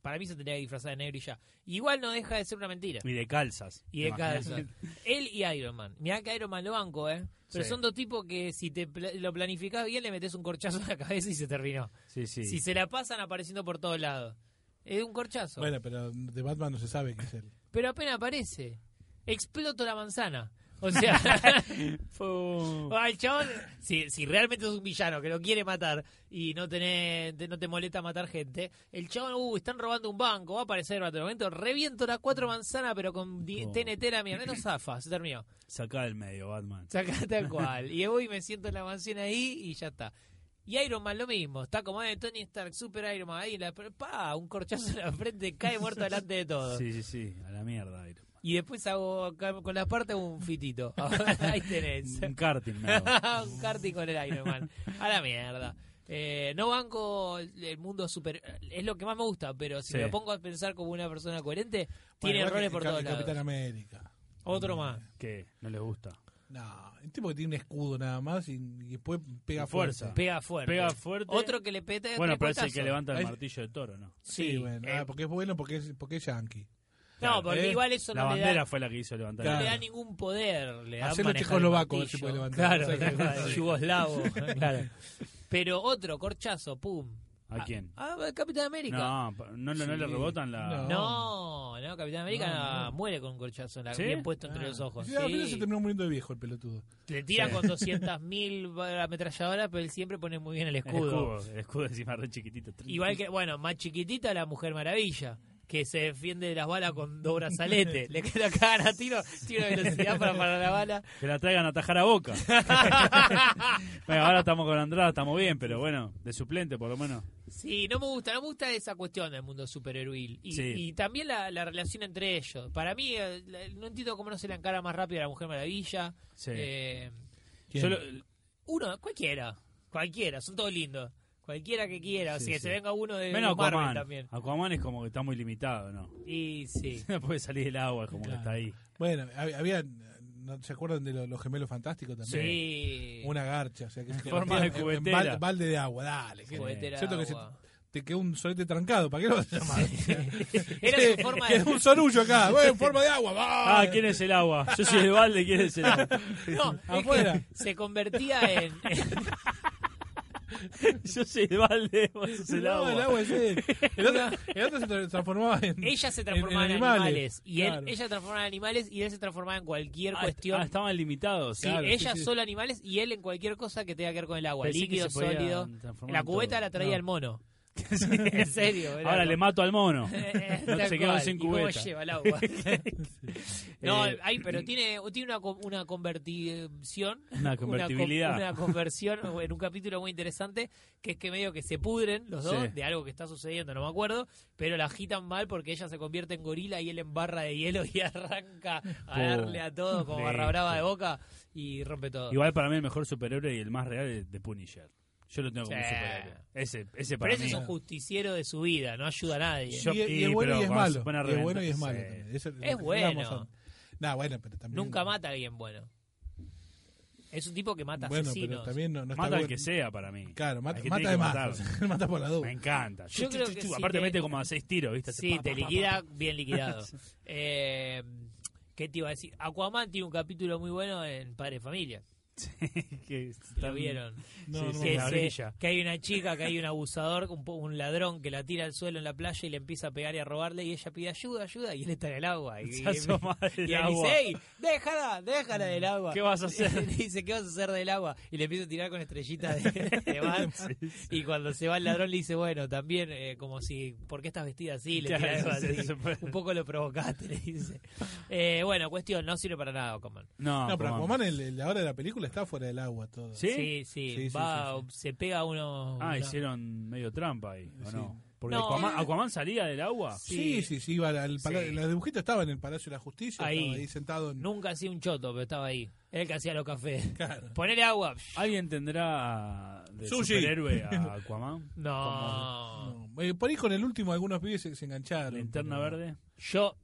S1: Para mí se tenía que disfrazar de negro y ya. Igual no deja de ser una mentira.
S3: Y de calzas.
S1: Y de
S3: ¿te
S1: calza.
S3: imaginas?
S1: Él y Iron Man. Mirá que Iron Man lo banco, ¿eh? Pero
S3: Sí.
S1: son dos tipos que si te pla- lo planificás bien le metes un corchazo en la cabeza y se terminó.
S3: Sí, sí.
S1: Si se la pasan apareciendo por todos lados. Es un corchazo.
S2: Bueno, pero de Batman no se sabe que es él.
S1: Pero apenas aparece. Exploto la manzana. O sea,
S3: Fue-
S1: Ah, el chabón, si, si realmente es un villano que lo quiere matar y no tenés, te- no te molesta matar gente, el chabón, uh, están robando un banco, va a aparecer en otro momento, reviento las cuatro manzanas, pero con di-
S3: No.
S1: TNT la mierda, no zafa, se terminó.
S3: Sacá del medio, Batman.
S1: Sacá tal cual. Y voy y me siento en la mansión ahí y ya está. Y Iron Man lo mismo, está como eh, Tony Stark, Super Iron Man, ahí, la, pa, un corchazo en la frente, cae muerto delante de todo.
S3: Sí, sí, sí, a la mierda. Iron Man.
S1: Y después hago acá con las partes hago un fitito. ahí tenés.
S3: Un karting, me hago.
S1: un karting con el Iron Man. A la mierda. Eh, no banco el mundo super. Es lo que más me gusta, pero si
S3: Sí.
S1: me pongo a pensar como una persona coherente,
S2: Bueno,
S1: tiene
S2: igual
S1: errores
S2: que
S1: por
S2: el Cap-
S1: todos
S2: el
S1: lados.
S2: Capitán América.
S1: Otro más.
S3: ¿Qué? No les gusta.
S2: No, el tipo que tiene un escudo nada más y, y después pega
S3: Y fuerza.
S2: fuerza.
S1: Pega fuerte.
S3: Pega fuerte.
S1: Otro que le peta. tres
S3: Bueno, pero es el
S1: portazos.
S3: que levanta el
S2: Ahí-
S3: martillo de toro, ¿no?
S2: Sí,
S1: sí,
S2: bueno,
S1: eh.
S2: ah, porque es bueno, porque es, porque es yankee.
S1: No,
S2: Claro,
S1: porque
S2: eh.
S1: igual eso
S3: La
S1: no le, da,
S3: bandera fue la que hizo levantar
S1: no
S2: Claro.
S1: le da ningún poder. Le da
S2: Hacelo
S1: manejar el
S2: checoslovaco, a ver si
S1: martillo.
S2: puede levantar.
S1: Claro,
S2: Sí.
S1: tal cual, yugoslavo. claro. Pero otro, corchazo, pum.
S3: ¿A quién?
S1: Ah, Capitán América.
S3: No, pa- no, no, no le
S2: Sí.
S3: rebotan la...
S2: No.
S1: No, no, Capitán América
S2: No, no.
S1: muere con un corchazo en la,
S3: ¿Sí? Ah.
S1: bien puesto entre los ojos.
S2: Sí, al final
S1: Sí.
S2: se terminó muriendo de viejo el pelotudo.
S1: Le tiran
S3: Sí.
S1: con 200.000 ametralladoras, pero él siempre pone muy bien el
S3: El
S1: escudo.
S3: escudo, el escudo encima re chiquitito.
S1: Igual que, bueno, más chiquitita la Mujer Maravilla, que se defiende de las balas con dos brazaletes. Le queda cagan a tiro, tiro de velocidad para parar la bala.
S3: Que la traigan a tajar a boca. Bueno, ahora estamos con Andrada, estamos bien, pero bueno, de suplente por lo menos.
S1: Sí, no me gusta, no me gusta esa cuestión del mundo superheroil. Y,
S3: Sí.
S1: y también la, la relación entre ellos. Para mí, eh, la- no entiendo cómo no se la encara más rápido a la Mujer Maravilla.
S3: Sí.
S1: Eh,
S3: Yo lo-
S1: Uno, cualquiera. Cualquiera, son todos lindos. Cualquiera que quiera.
S3: Sí,
S1: o sea, que
S3: sí.
S1: se venga uno de
S3: menos
S1: Marvel
S3: Aquaman.
S1: también.
S3: Aquaman es como que está muy limitado, ¿no?
S1: Y sí.
S3: No puede salir del agua, como que
S2: Claro.
S3: está ahí.
S2: Bueno, hab- había, ¿no se acuerdan de lo- los gemelos fantásticos también?
S1: Sí.
S2: Una garcha, o sea, que se
S3: Forma de
S2: convertían en- en
S3: cubetera.
S2: bal- balde de agua, dale. que-
S1: Juguetera
S2: Siento
S1: de
S2: que se-
S1: agua.
S2: te quedó un solete trancado, ¿para qué lo vas a llamar?
S1: Era su forma
S2: Quedó
S1: de.
S2: un sorullo acá, güey, en forma de agua. va.
S3: Ah, ¿quién es el agua? Yo soy el balde, ¿quién es el agua?
S1: No, es que
S2: Afuera.
S1: se convertía en.
S3: Yo soy el balde, vos sos el
S2: No,
S3: agua.
S2: el agua es él. El otro, el otro se tra- transformaba en.
S1: ella se transformaba en,
S2: en
S1: animales.
S2: animales,
S1: Y él,
S2: claro.
S1: ella se transformaba en animales y él se transformaba en cualquier
S3: Ah,
S1: cuestión.
S3: ah, estaban limitados.
S1: Sí,
S3: claro.
S1: ella
S2: sí, sí.
S1: solo animales y él en cualquier cosa que tenga que ver con el agua.
S3: Pensé que
S1: líquido,
S3: se podían
S1: sólido.
S3: transformar
S1: La
S3: en
S1: cubeta
S3: todo.
S1: la traía
S2: No.
S1: el mono. Sí, en serio. era
S3: Ahora le
S1: como-
S3: mato al mono.
S1: Eh,
S3: No
S1: tal
S3: se quedó
S1: cual,
S3: sin
S1: ¿y cómo
S3: cubeta.
S1: lleva el agua? no,
S3: Eh,
S1: ay, pero tiene, tiene una, co- una convertición.
S3: Una
S1: co-
S3: convertibilidad.
S1: Una, conversión en un capítulo muy interesante que es que medio que se pudren los dos
S3: Sí.
S1: de algo que está sucediendo, no me acuerdo, pero la agitan mal porque ella se convierte en gorila y él en barra de hielo y arranca a
S3: Oh,
S1: darle a todo como barra
S3: listo.
S1: brava de boca y rompe todo.
S3: Igual para mí el mejor superhéroe y el más real es The Punisher. Yo lo tengo como
S1: Sí.
S3: superhéroe. Ese, ese para
S1: pero ese
S3: mí.
S1: es un justiciero de su vida, no ayuda a nadie.
S3: Yo-
S2: y, y
S3: y,
S2: es bueno
S3: pero
S2: y es
S3: cuando se
S2: malo.
S3: pone a
S2: Y es bueno
S3: reventar,
S2: y es malo.
S3: sí.
S2: también. Eso es lo
S1: Es
S2: que
S1: bueno.
S2: hablábamos antes. Nah, bueno, pero también.
S1: Nunca mata a alguien bueno. Es un tipo que mata
S2: Bueno, pero
S1: asesinos.
S2: también no, no está
S3: mata al
S2: bueno.
S3: que sea para mí.
S2: Claro,
S3: Al
S2: mata,
S3: que
S2: mata
S3: tiene que
S2: de más.
S3: matar.
S2: o sea, mata por la duda.
S3: Me encanta.
S1: Yo creo que sí
S3: Aparte
S1: te-
S3: mete como a seis tiros, ¿viste? Hace
S1: Sí,
S3: pa,
S1: te
S3: pa, pa,
S1: liquida
S3: pa.
S1: bien liquidado. Eh, ¿Qué te iba a decir? Aquaman tiene un capítulo muy bueno en Padre Familia.
S3: que
S1: que Lo vieron.
S2: No,
S3: Sí,
S2: no,
S3: sí,
S2: me
S1: Que,
S3: la
S2: acuerdo.
S1: se-
S3: orilla.
S1: que hay una chica, que hay un abusador, un, po- un ladrón que la tira al suelo en la playa y le empieza a pegar y a robarle y ella pide ayuda, ayuda y él está en el agua. Y,
S3: Se asoma
S1: y
S3: el
S1: él
S3: agua. Mm,
S1: dice, "Ey, déjala, déjala del agua.
S3: ¿Qué vas a hacer?
S1: Le dice, ¿qué vas a hacer del agua? Y le empieza a tirar con estrellitas de, de mar. Y cuando se va el ladrón le dice, bueno, también, eh, como si, ¿por qué estás vestida así? Le
S3: Claro,
S1: tira algo
S3: sí,
S1: así.
S3: sí, sí.
S1: Un poco lo provocaste, le dice. Eh, bueno, cuestión, no sirve para nada, Aquaman.
S3: No,
S2: No, pero
S3: Aquaman.
S2: Aquaman, el, el, ahora de la película está fuera del agua todo.
S3: ¿Sí?
S1: Sí, sí,
S2: Sí, sí,
S1: va,
S2: sí,
S1: se pega a uno.
S3: Ah,
S1: una-
S3: hicieron medio trampa ahí, ¿o
S2: Sí.
S3: no? Porque
S1: No.
S3: Aquaman, Aquaman salía del agua.
S2: Sí, sí, sí, iba al pala-
S1: Sí.
S2: la dibujita estaba en el Palacio de la Justicia,
S1: Ahí.
S2: estaba ahí sentado en...
S1: Nunca hacía un choto, pero estaba ahí. Era el que hacía los cafés.
S2: Claro.
S1: Ponele agua.
S3: ¿Alguien tendrá de
S2: Sushi.
S3: superhéroe a Aquaman?
S1: No.
S2: No. Eh, por ahí con el último algunos pibes se, se engancharon.
S3: ¿Linterna
S2: pero-
S3: verde?
S1: Yo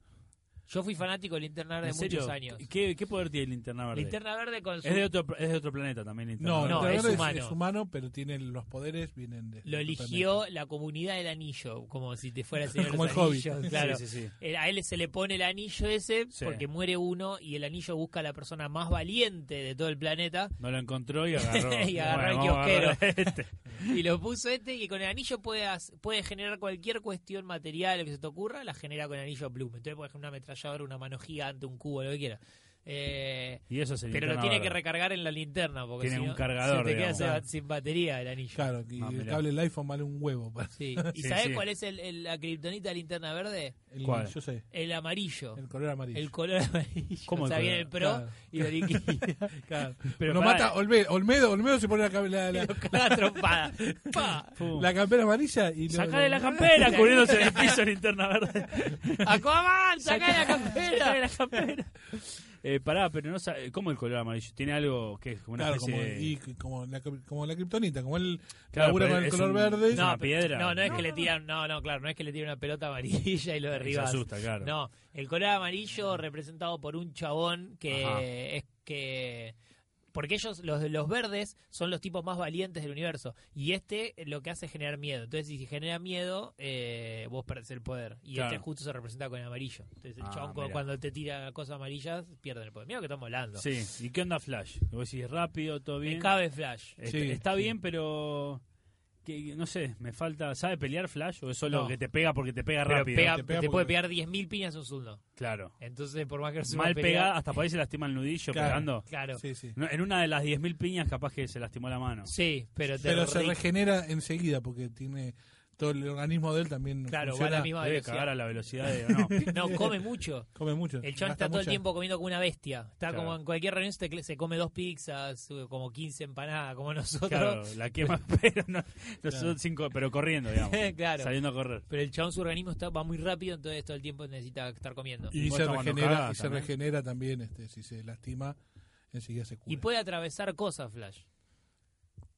S1: yo fui fanático de Linterna Verde
S3: ¿En serio?
S1: muchos años.
S3: ¿Qué, qué poder tiene Linterna Verde?
S1: Linterna Verde con su...
S3: Es, de otro, es de otro planeta también, Linterna
S2: No,
S3: Verde.
S1: No,
S2: Linterna
S1: es
S2: Verde
S1: humano.
S2: es humano, pero tiene los poderes, vienen de...
S1: Lo
S2: de
S1: eligió la comunidad del anillo, como si te fuera el Señor de
S2: Como
S1: los
S2: el Hobbit.
S1: Anillos,
S3: Sí,
S1: Claro.
S3: sí, sí.
S1: El- A él se le pone el anillo ese
S3: Sí.
S1: porque muere uno y el anillo busca a la persona más valiente de todo el planeta
S3: No lo encontró y agarró.
S1: Y agarró
S3: Bueno,
S1: el
S3: vamos a agarrar este.
S1: y lo puso este y con el anillo puede, hac- puede generar cualquier cuestión material que se te ocurra, la genera con el anillo Bloom. Entonces puede generar una ametralladora, una mano gigante, un cubo, lo que quiera. Eh,
S3: Y eso es el
S1: pero lo
S3: Linterna
S1: tiene que
S3: Verde.
S1: recargar en la linterna porque
S3: Tiene
S1: si
S3: un
S1: no,
S3: cargador,
S1: se te queda
S3: digamos.
S1: sin- sin batería el anillo.
S2: Claro, y
S3: Ah,
S2: el
S3: mirá.
S2: cable del iPhone vale un huevo. pues. para-
S1: Sí. ¿Y
S3: Sí,
S1: sabes
S3: sí.
S1: cuál es el, el- la criptonita de linterna verde?
S2: el-
S3: ¿Cuál?
S2: Yo sé,
S1: El amarillo.
S2: el color amarillo.
S1: El color amarillo.
S3: ¿Cómo
S1: o
S3: el
S1: sea,
S3: color?
S1: viene el pro
S2: Claro.
S1: y lo liquida.
S2: Claro.
S3: Pero
S2: Lo
S3: pará.
S2: mata Olmedo, Olmedo, Olmedo se pone la, cab- la, la-
S1: Cada trompada. Pa.
S3: Pum.
S2: la campera amarilla y... lo-
S3: Sacale
S2: lo-
S3: la campera cubriéndose en el piso Linterna Verde.
S1: Aquaman, sacá la campera.
S3: la campera. Eh, pará, pero no sabe. ¿Cómo el color amarillo? ¿Tiene algo que es como una
S2: Claro,
S3: especie
S2: como,
S3: de-
S2: y como la, como la kriptonita, como él
S3: Claro,
S2: labura
S3: pero
S2: con el
S3: es
S2: color
S3: un-
S2: verde.
S3: es una piedra.
S1: No, no es que
S3: No,
S1: le
S3: no.
S1: tiran, no, no, claro, no es que le tiran una pelota amarilla y lo
S3: Se
S1: derribas.
S3: asusta, claro.
S1: No, el color amarillo representado por un chabón que
S3: Ajá.
S1: es que porque ellos los los verdes son los tipos más valientes del universo y este lo que hace es generar miedo. Entonces si genera miedo eh, vos perdés el poder y
S3: Claro.
S1: este justo se representa con el amarillo. Entonces el
S3: Ah,
S1: chabón cu-
S3: mirá.
S1: cuando te tira cosas amarillas pierde el poder. Mira lo que estamos hablando.
S3: Sí, ¿y qué onda Flash? Vos decís rápido, todo
S1: Me
S3: bien.
S1: cabe Flash.
S3: Est-
S2: Sí,
S3: está
S2: sí.
S3: bien, pero. Que, no sé, me falta. ¿Sabe pelear Flash o es solo
S1: No.
S3: que te pega porque te pega
S1: Pero
S3: rápido?
S1: pega-
S2: Te
S1: te,
S2: pega
S1: puede
S2: porque-
S1: pegar 10.000 piñas en un segundo.
S3: Claro.
S1: Entonces, por más que no se
S3: Mal
S1: una pelea-
S3: pegada, hasta por ahí se lastima el nudillo
S2: Claro.
S3: pegando.
S1: Claro.
S2: Sí, sí.
S3: No, en una de las 10.000 piñas, capaz que se lastimó la mano.
S1: Sí, pero te
S2: Pero se
S1: re-
S2: regenera enseguida porque tiene todo el organismo de él también.
S1: Claro, va a
S2: funciona,
S1: la misma
S3: Debe
S1: velocidad.
S3: cagar a la velocidad de. o No.
S1: No, come mucho.
S2: Come mucho.
S1: El chabón
S2: gasta
S1: está todo el
S2: mucha-
S1: tiempo comiendo como una bestia. Está
S3: Claro.
S1: como en cualquier reunión se, te- se come dos pizzas, eh, como 15 empanadas, como nosotros.
S3: Claro,
S1: Claro.
S3: la quema, pero no, no son cinco, pero corriendo, digamos. Saliendo a correr.
S1: Pero el chabón su organismo está, va muy rápido, entonces todo el tiempo necesita estar comiendo.
S2: Y
S3: Vos
S2: se
S3: tomando
S2: regenera,
S3: cagada
S2: y se
S3: también.
S2: regenera también, este, si se lastima, enseguida se cura.
S1: Y puede atravesar cosas, Flash.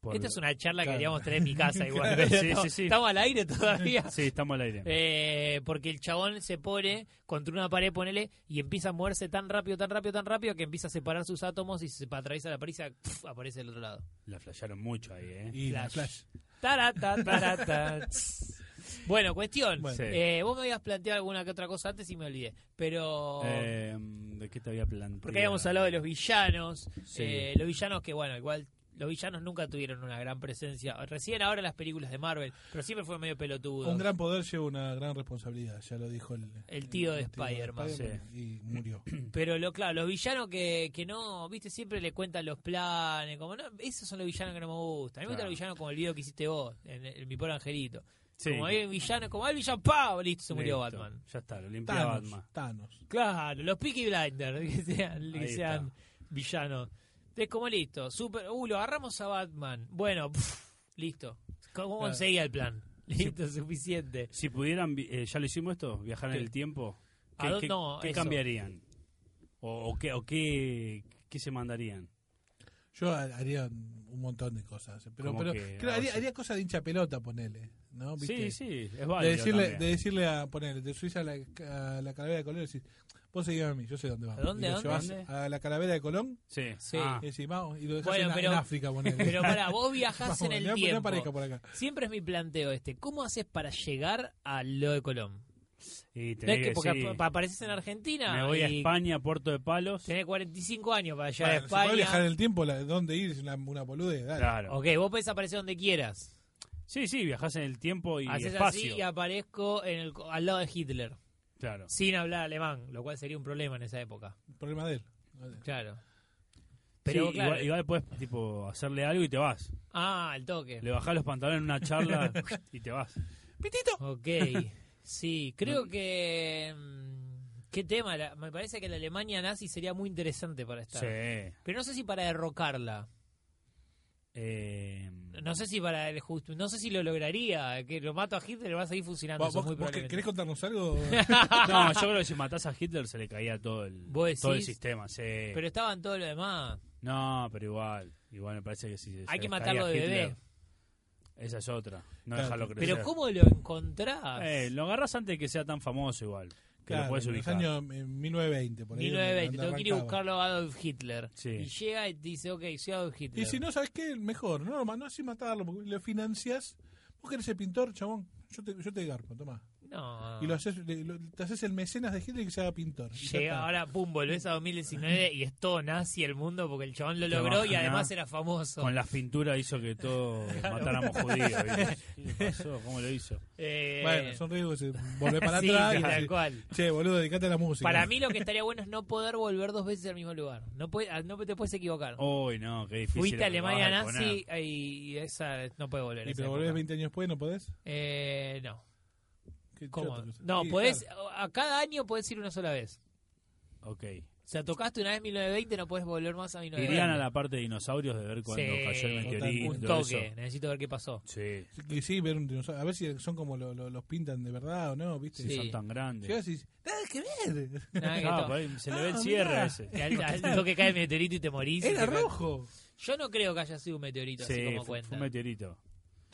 S3: Por-
S1: Esta es una charla
S2: Claro.
S1: que queríamos tener en mi casa igual.
S3: Claro.
S1: pero
S3: Sí,
S1: estamos-
S3: sí, sí.
S1: Estamos al aire todavía.
S3: Sí, estamos al aire.
S1: Eh, porque el chabón se pone contra una pared, ponele, y empieza a moverse tan rápido, tan rápido, tan rápido que empieza a separar sus átomos y se atraviesa la pared y se- pf, aparece del otro lado.
S3: La flashearon mucho ahí, ¿eh?
S2: Y la
S1: Flash.
S2: flash.
S1: Tarata, tarata. tss. bueno, cuestión.
S2: Bueno.
S3: Sí.
S1: Eh, vos me habías planteado alguna que otra cosa antes y me olvidé. Pero.
S3: Eh, ¿De qué te había planteado?
S1: porque habíamos hablado de los villanos.
S3: Sí.
S1: eh, los villanos que, bueno, igual. Los villanos nunca tuvieron una gran presencia. Recién ahora en las películas de Marvel. Pero siempre fue medio pelotudo.
S2: Un gran poder lleva una gran responsabilidad, ya lo dijo el,
S1: El tío de Spider-Man.
S2: Y murió.
S1: Pero lo claro, los villanos que, que no, viste, siempre le cuentan los planes, como no, esos son los villanos que no me gustan. A mí me gustan
S3: Claro.
S1: los villanos como el video que hiciste vos, en, en mi pobre angelito.
S3: Sí.
S1: Como hay villano, como hay villano, ¡pau! Listo, se murió
S3: Listo.
S1: Batman.
S3: Ya está, lo limpia
S2: Thanos.
S3: Batman.
S2: Thanos.
S1: Claro, los Peaky Blinders, que sean, que
S3: Ahí
S1: sean villanos. Entonces, como listo, super, uh, lo agarramos a Batman. Bueno, pf, listo. ¿Cómo
S2: Claro.
S1: conseguía el plan? Listo, suficiente.
S3: Si pudieran, vi- eh, ya lo hicimos esto, viajar
S1: ¿Qué?
S3: en el tiempo,
S1: ¿A
S3: ¿qué,
S1: dónde?
S3: qué-
S1: No,
S3: qué
S1: eso.
S3: cambiarían? ¿O, o qué, o qué, qué se mandarían?
S2: Yo ha- haría un montón de cosas. Pero,
S3: Como
S2: pero
S3: que,
S2: creo,
S3: ah,
S2: haría,
S3: sí.
S2: haría cosas de hincha pelota, ponele. ¿no? ¿Viste?
S3: Sí, sí, es
S2: De
S3: válido.
S2: decirle,
S3: también.
S2: de decirle a, ponele, de Suiza a la, a la calavera de Colón y decir, vos seguís a mí, yo sé dónde vamos.
S1: ¿A dónde,
S2: Y lo
S1: a
S2: llevás
S3: dónde?
S2: A la calavera de Colón
S3: Sí,
S1: Sí.
S3: Ah,
S2: y decís, vamos, y lo dejás
S1: Bueno,
S2: en,
S1: pero-
S2: en África, ponele.
S1: Pero para vos viajás
S2: Vamos,
S1: en el
S2: no, no
S1: tiempo.
S2: aparezca por acá.
S1: Siempre es mi planteo este. ¿Cómo haces para llegar a lo de Colón?
S3: y
S1: No
S3: tenés
S1: es que
S3: que
S1: porque
S3: decir,
S1: ap- apareces en Argentina
S3: me voy a
S1: y
S3: España, Puerto de Palos.
S1: tenés 45 años para llegar
S2: Bueno,
S1: a
S2: se puede viajar en
S1: España.
S2: el tiempo, la- dónde ir, es una, una boludez, dale.
S3: Claro.
S1: Ok, vos podés aparecer donde quieras.
S3: Sí, sí, viajás en el tiempo y
S1: Haces así
S3: espacio.
S1: y aparezco en el, co- al lado de Hitler,
S3: Claro.
S1: sin hablar alemán, lo cual sería un problema en esa época.
S2: Problema de él.
S1: Claro. Pero
S3: Pero
S1: claro,
S3: igual, igual puedes tipo, hacerle algo y te vas.
S1: Ah, el toque.
S3: Le bajás los pantalones en una charla y te vas.
S2: ¡Pitito!
S1: Ok. Sí, creo que... mm, ¿Qué tema? La- me parece que la Alemania nazi sería muy interesante para estar.
S3: Sí.
S1: Pero no sé si para derrocarla.
S3: Eh,
S1: No sé si para el justo. No sé si lo lograría. Que lo mato a Hitler y va a seguir fusilando.
S2: ¿Vos,
S1: Eso es
S2: vos-
S1: muy
S2: vos que-
S1: probable.
S2: querés contarnos algo?
S3: No, yo creo que si matás a Hitler se le caía todo el,
S1: ¿Vos decís?
S3: todo el sistema, sí.
S1: Pero estaban todo lo demás.
S3: No, pero igual, igual me parece que si se
S1: Hay que
S3: le
S1: matarlo
S3: caía
S1: de
S3: Hitler,
S1: bebé.
S3: Esa es otra, no
S2: Claro.
S3: dejarlo crecer.
S1: Pero ¿cómo lo encontrás?
S3: Eh, lo agarrás antes de que sea tan famoso igual, que lo
S2: Claro,
S3: puedes
S2: en los
S3: ubicar.
S2: años en 1920, por ahí.
S1: 1920.
S2: donde
S1: Tengo que ir a
S2: arrancaba.
S1: buscarlo a Adolf Hitler.
S3: Sí.
S1: Y llega y dice, ok, soy Adolf Hitler.
S2: Y si no, ¿sabes qué? Mejor, no, no, no así matarlo, porque le financias. Vos querés ser pintor, chabón, yo te, yo te garpo, tomá.
S1: No.
S2: Y lo haces, le- lo- te haces el mecenas de Hitler que se haga pintor. Y ya
S1: Llega
S2: está.
S1: ahora, pum, volvés a 2019 y es todo nazi el mundo porque el chabón lo
S3: Te
S1: logró y
S3: bajan,
S1: además
S3: ¿no?
S1: era famoso.
S3: Con las pinturas hizo que todos matáramos judíos. ¿viste? ¿Qué pasó? ¿Cómo lo hizo?
S1: Eh,
S2: Bueno, son riesgos, se- volvés para
S1: sí,
S2: atrás. y
S1: tal
S2: decís,
S1: cual.
S2: che, boludo, dedicate a la música.
S1: Para mí lo que estaría bueno es no poder volver dos veces al mismo lugar. No, puede- ah, no te puedes equivocar.
S3: Uy, no, qué difícil.
S1: Fuiste a
S3: Oh, lo que me
S1: Alemania
S3: vas a
S1: nazi y esa no puede volver.
S2: Y
S1: esa
S2: pero volvés
S1: época.
S2: 20 años después, ¿no podés?
S1: Eh, no.
S2: Qué
S1: ¿Cómo?
S2: choto que sos.
S1: No,
S2: Sí,
S1: podés,
S2: claro.
S1: a cada año podés ir una sola vez.
S3: poner.
S1: O sea, tocaste una vez 1920, no podés volver más a
S3: Ok. Irían
S1: 1920.
S3: a la parte de dinosaurios de ver cuando
S1: Sí,
S3: cayó el meteorito.
S1: Un
S3: y todo
S1: toque,
S3: eso.
S1: necesito ver qué pasó.
S3: Sí,
S2: Y sí, ver un dinosaurio. A ver si son como lo- lo- los pintan de verdad o no, ¿viste?
S3: sí,
S1: Sí.
S3: son tan grandes.
S2: Llegás y decís, nada que ver.
S1: Nada que
S3: Ah,
S1: to-
S3: por ahí se le ve el
S2: Ah,
S3: cierre
S2: mirá.
S3: a ese.
S1: que al, al toque cae el meteorito y te morís. y
S2: Era
S1: te cae-
S2: rojo.
S1: Yo no creo que haya sido un meteorito, así
S3: Sí,
S1: como
S3: fue,
S1: cuenta.
S3: fue un meteorito.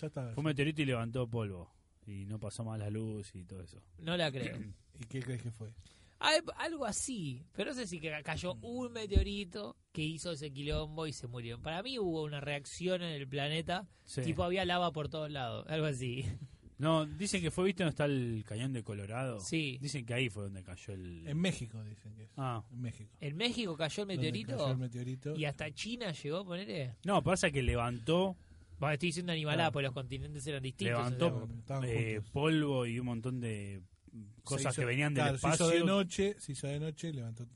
S2: Ya está.
S3: Fue un meteorito y levantó polvo. Y no pasó más la luz y todo eso.
S1: No la creo.
S2: ¿Y qué crees que fue?
S1: Al- algo así, pero no sé si ca- cayó un meteorito que hizo ese quilombo y se murieron. Para mí hubo una reacción en el planeta,
S3: Sí.
S1: tipo había lava por todos lados, algo así.
S3: No, dicen que fue, ¿viste donde está el cañón de Colorado?
S1: Sí.
S3: Dicen que ahí fue donde cayó el...
S2: En México, dicen que es.
S3: Ah.
S2: En México.
S1: En México cayó el
S2: Donde
S1: meteorito
S2: cayó el meteorito.
S1: y hasta China llegó, ponele.
S3: No, pasa que levantó,
S1: Bueno, estoy diciendo animalada,
S2: Claro.
S1: porque los continentes eran distintos.
S3: levantó
S2: estaban- estaban
S3: eh,
S2: juntos.
S3: polvo y un montón de
S2: Se
S3: cosas
S2: hizo-
S3: que venían del
S2: claro,
S3: espacio.
S2: Se hizo de noche, se hizo de noche, levantó.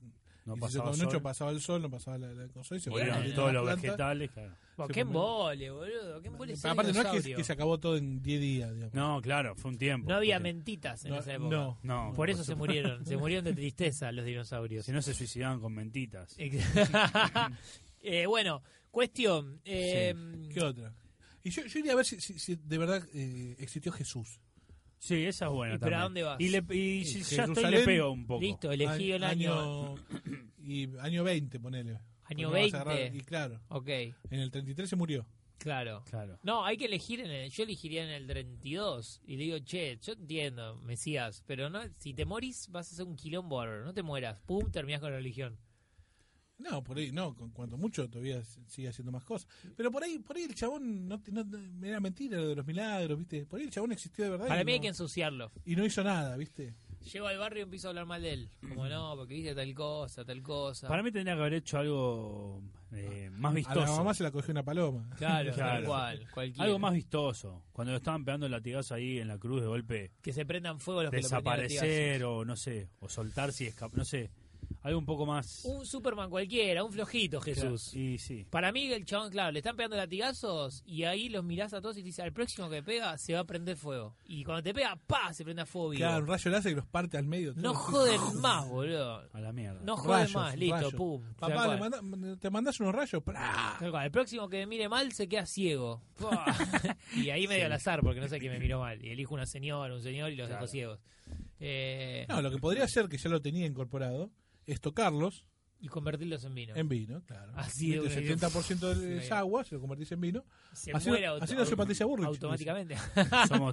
S3: no
S2: y se hizo
S3: pasaba
S2: con
S3: sol,
S2: noche, pasaba el sol, no pasaba la, la cosa y se
S1: Murieron
S2: fueron
S3: murieron
S1: la-
S3: todos
S2: las
S3: los
S2: plantas.
S3: vegetales. claro.
S1: Bueno,
S2: se
S1: qué
S2: murió.
S1: embole, boludo, qué embole ser
S2: Aparte, no es que,
S1: dinosaurio.
S2: que se acabó todo en 10 días, digamos.
S3: No, claro, fue un tiempo.
S1: No había
S3: porque-
S1: mentitas en
S2: No,
S1: esa época. Mm.
S2: no.
S3: No,
S1: Por eso se murieron, se murieron de tristeza los dinosaurios.
S3: si no se suicidaban con mentitas.
S1: Eh, bueno, cuestión. eh,
S2: ¿Qué otra? Y yo, yo iría a ver si, si- si de verdad eh, existió Jesús.
S3: Sí, esa es buena
S1: ¿Y pero
S3: también.
S1: a dónde vas?
S3: Y, le- y si ya estoy le
S2: Jerusalén.
S3: pego un poco.
S1: Listo, elegí el año.
S2: año. Y año 20, ponele. Porque
S1: Año
S2: lo vas a
S1: 20.
S2: agarrar. Y claro,
S1: Ok,
S2: en el 33 se murió.
S1: claro.
S3: Claro.
S1: No, hay que elegir en el. Yo elegiría en el 32. Y le digo, che, yo entiendo, Mesías, pero no, si te morís vas a hacer un quilombo bárbaro, No te mueras. Pum, terminás con la religión.
S2: No, por ahí, no, con cuanto mucho todavía s- sigue haciendo más cosas. Pero por ahí, por ahí el chabón no, te- no te- era mentira lo de los milagros, ¿viste? Por ahí el chabón existió de verdad.
S1: Para
S2: y
S1: mí hay
S2: no-
S1: que ensuciarlo.
S2: Y no hizo nada, ¿viste?
S1: Llego al barrio y empiezo a hablar mal de él. Como no, porque viste tal cosa, tal cosa.
S3: Para mí tendría que haber hecho algo eh,
S2: A
S3: más
S2: la mamá
S3: vistoso.
S2: se la cogió una paloma.
S1: Claro, tal
S3: Claro.
S1: cual. Cualquiera.
S3: Algo más vistoso. Cuando lo estaban pegando el latigazo ahí en la cruz de golpe,
S1: Que se prendan fuego los que lo prendían a latigazos.
S3: desaparecer o no sé, o soltarse y escapar, no sé. algo un poco más.
S1: Un Superman cualquiera, un flojito Jesús.
S3: Y sí.
S1: Para mí, el chabón, claro, le están pegando latigazos y ahí los mirás a todos y te dice, al próximo que pega se va a prender fuego. Y cuando te pega, ¡pa! se prende a fuego. vivo.
S2: Claro, un rayo láser que los parte al medio.
S1: no
S2: todo.
S1: joden más, boludo.
S3: A la mierda.
S1: No joden
S2: Rayos,
S1: más, listo,
S2: rayos.
S1: pum. tal
S2: Papá,
S1: cual.
S2: le manda- te mandás unos rayos. ¡prá!
S1: Tal cual, El próximo que me mire mal se queda ciego. Pua. y ahí medio al azar, porque no sé quién me miró mal. Y elijo una señora, un señor y los
S3: Claro.
S1: dejo ciegos. Eh,
S2: No, lo que podría hacer, que ya lo tenía incorporado, es tocarlos
S1: Y convertirlos en vino.
S2: en vino, claro.
S1: Así de
S2: Viste,
S1: una-
S2: El 70% del
S1: Sí,
S2: agua se lo convertís en vino.
S1: se
S2: así
S1: muere
S2: no-
S1: auto-
S2: así no se patricia Burrich.
S1: automáticamente.
S3: Somos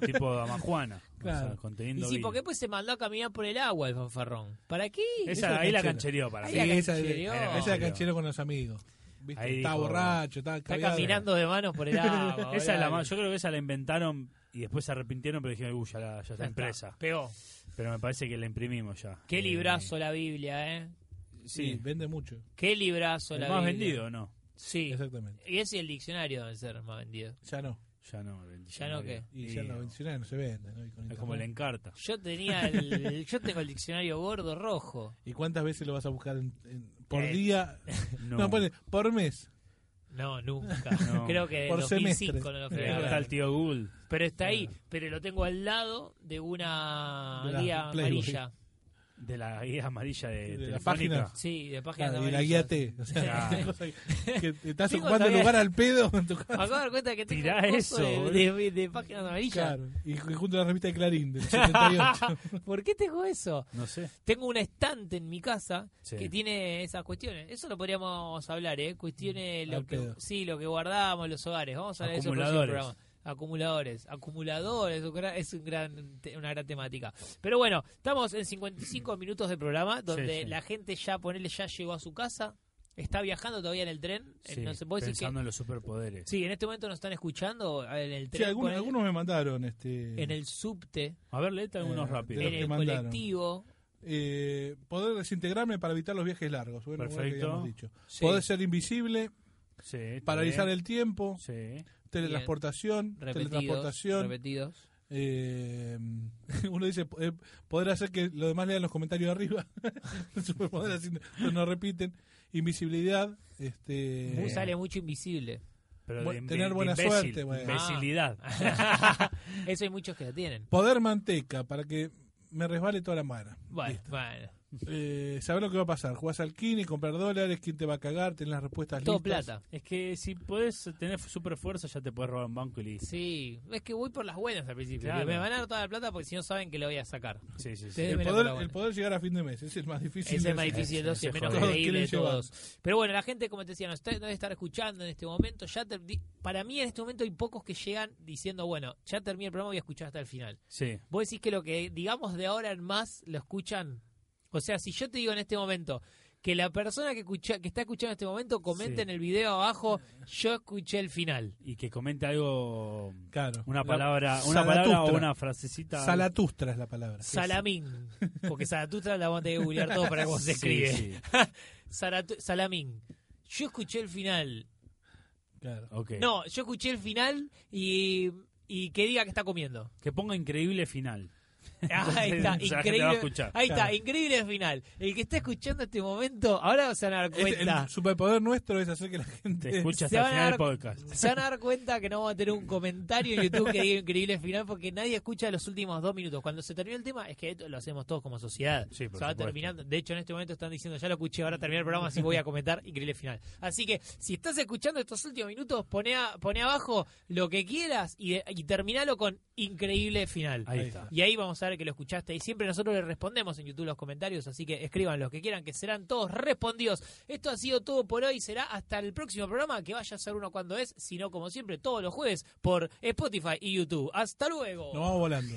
S3: tipo amajuana. O
S2: Claro.
S3: sea,
S1: Y
S3: conteniendo.
S1: sí,
S3: vino.
S1: porque después Pues se mandó a caminar por el agua el fanfarrón. ¿Para qué?
S2: Esa es
S3: Esa, ahí la
S2: canchera.
S3: canchereó para mí.
S1: Ahí la
S2: esa,
S1: canchereó.
S2: esa era canchero con los amigos. ¿viste?
S3: Ahí
S2: estaba
S3: dijo-
S2: borracho, estaba
S1: Está
S2: caviado.
S1: caminando de manos por el agua.
S3: Esa es la
S1: boludo.
S3: más. Yo creo que esa la inventaron y después se arrepintieron, pero dijeron, uy, ya, la, ya
S1: Ya
S3: está
S1: está,
S3: impresa.
S1: Pegó.
S3: Pero me parece que la imprimimos ya.
S1: Qué
S3: Eh,
S1: librazo la Biblia, ¿eh?
S2: Sí,
S3: Sí.
S2: vende mucho.
S1: Qué librazo
S3: El
S1: la
S3: más
S1: Biblia.
S3: vendido, no.
S1: Sí.
S2: Exactamente.
S1: Y ese es el diccionario debe ser más vendido.
S2: Ya no.
S3: Ya no. el
S1: Ya no,
S3: diccionario.
S2: Y ya los vencionarios no se venden. ¿no? Y, con
S3: Es como el
S2: internet.
S3: encarta.
S1: Yo tenía el, yo tengo el diccionario gordo rojo.
S2: ¿Y cuántas veces lo vas a buscar en- en- por
S1: Eh,
S2: día? No, pone por mes.
S1: No, nunca.
S3: No.
S1: Creo que
S2: Por
S1: por 2005
S2: semestre.
S1: no lo fui
S3: Eh,
S1: a
S2: Claro.
S3: Está
S1: ver.
S3: el tío Google.
S1: Pero está ahí, pero lo tengo al lado de una
S2: De la
S1: guía
S2: Playboy.
S1: amarilla.
S3: De la guía amarilla de,
S2: De la
S3: Telefónica.
S2: página.
S1: Sí, de páginas
S2: Claro, Ah, y la
S1: amarillas.
S2: guía T. O sea,
S3: Claro.
S2: una cosa que, que te estás
S1: Tengo
S2: ocupando el
S1: todavía-
S2: lugar al pedo en tu casa.
S1: Me acabo de dar cuenta que tengo
S3: Tirá
S1: un coso
S3: eso, boludo.
S1: de, de- de páginas amarillas.
S2: Claro. Y, y junto a la revista de Clarín del 78.
S1: ¿Por qué tengo eso?
S3: No sé.
S1: Tengo un estante en mi casa
S3: Sí.
S1: que tiene esas cuestiones. Eso lo podríamos hablar, ¿eh? Cuestiones,
S2: Mm,
S1: lo
S2: al
S1: que,
S2: pedo.
S1: sí, lo que guardábamos en los hogares. Vamos a hablar de eso en el próximo
S3: Acumuladores.
S1: programa. Acumuladores. Acumuladores, un gran- es un gran, te- una gran temática. Pero bueno, estamos en 55 minutos de programa donde
S3: Sí, sí.
S1: la gente ya, ponele, ya llegó a su casa, está viajando todavía en el tren. eh,
S3: Sí,
S1: no se puede decir que...
S3: pensando en los superpoderes.
S1: Sí, en este momento nos están escuchando eh, en el
S2: Sí,
S1: tren,
S2: algunos,
S1: ponele,
S2: algunos me mandaron. Este,
S1: en el subte,
S3: A ver, leete algunos
S2: Eh,
S3: rápido.
S2: de los
S1: en
S2: que
S1: el
S2: mandaron.
S1: colectivo.
S2: eh, poder desintegrarme para evitar los viajes largos. Bueno, bueno,
S3: Perfecto.
S2: que habíamos dicho.
S1: Sí.
S2: Poder ser invisible,
S3: Sí, está
S2: paralizar
S3: bien.
S2: el tiempo,
S3: Sí.
S2: teletransportación,
S1: repetidos,
S2: teletransportación.
S1: repetidos.
S2: eh, uno dice eh, poder hacer que los demás lean los comentarios de arriba. Superpoder así no, no repiten. Invisibilidad, este
S1: Mu sale mucho invisible.
S3: Pero
S2: Bu-
S3: de- de-
S2: tener
S3: de
S2: buena
S3: imbécil,
S2: suerte, bueno.
S1: Ah,
S3: Imbecilidad.
S1: Eso hay muchos que lo tienen.
S2: poder manteca para que me resbale toda la mano.
S1: Bueno,
S2: Listo.
S1: bueno.
S2: Eh, saber lo que va a pasar. Jugás al kine, comprar dólares, quién te va a cagar, tenés las respuestas
S1: Todo
S2: listas.
S1: plata.
S3: Es que si puedes tener super fuerza, ya te puedes robar un banco y listo.
S1: Sí, es que voy por las buenas al principio. Ah,
S3: Claro.
S1: Me van a dar toda la plata porque si no saben que lo voy a sacar.
S3: Sí, sí,
S1: Te-
S3: sí.
S2: El
S1: Démela
S2: poder,
S1: por la
S2: el
S1: buena.
S2: poder llegar a fin de mes, ese es el más difícil.
S1: Ese es más
S2: de hacer.
S1: difícil,
S3: ese-
S1: dos, y
S3: ese
S1: menos
S3: joder.
S1: creíble de
S2: Quieren llevar.
S1: todos. Pero bueno, la gente, como te decía, nos, está- nos debe estar escuchando en este momento. Ya ter- di- para mí, en este momento, hay pocos que llegan diciendo, bueno, ya terminé el programa, voy a escuchar hasta el final.
S3: Sí.
S1: Vos decís que lo que digamos de ahora en más lo escuchan. O sea, si yo te digo en este momento que la persona que, escucha, que está escuchando en este momento comente
S3: Sí.
S1: en el video abajo, yo escuché el final.
S3: Y que comente algo.
S2: Claro.
S3: Una
S2: La-
S3: palabra, una palabra o
S2: Zaratustra.
S3: una frasecita.
S2: Salatustra es la palabra.
S1: Salamín. Porque Zaratustra la vamos a tener que googlear todo para cómo se
S3: Sí,
S1: escribe.
S3: sí.
S1: Zaratu- Salamín. Yo escuché el final.
S2: Claro.
S3: Ok.
S1: No, yo escuché el final y, y que diga que está comiendo. Ah,
S3: Que ponga increíble final.
S1: Ahí
S3: Entonces,
S1: está,
S3: esa gente va a
S1: increíble.
S3: escuchar.
S1: Ahí está,
S2: Claro.
S1: increíble el final. El que está escuchando este momento, ahora se van a dar
S2: Este-
S1: cuenta.
S2: el superpoder nuestro es hacer que la gente.
S3: Te escucha
S1: Se
S3: hasta el
S1: van a
S3: final del
S1: dar-
S3: podcast.
S1: Se van a dar cuenta que no vamos a tener un comentario en YouTube que diga increíble final porque nadie escucha los últimos dos minutos. Cuando se termina el tema, es que esto lo hacemos todos como sociedad.
S3: Sí, por
S1: se va
S3: supuesto.
S1: terminando. De hecho, en este momento están diciendo, ya lo escuché, ahora termina el programa, así voy a comentar increíble final. Así que, si estás escuchando estos últimos minutos, pone, a- pone abajo lo que quieras y, de- y terminalo con increíble final.
S3: Ahí
S2: Ahí
S3: está.
S1: Y ahí vamos a ver que lo escuchaste. Y siempre nosotros le respondemos en YouTube los comentarios, así que escriban los que quieran, que serán todos respondidos. Esto ha sido todo por hoy. Será hasta el próximo programa, que vaya a ser uno cuando es, sino como siempre, todos los jueves por Spotify y YouTube. Hasta luego.
S2: Nos vamos volando.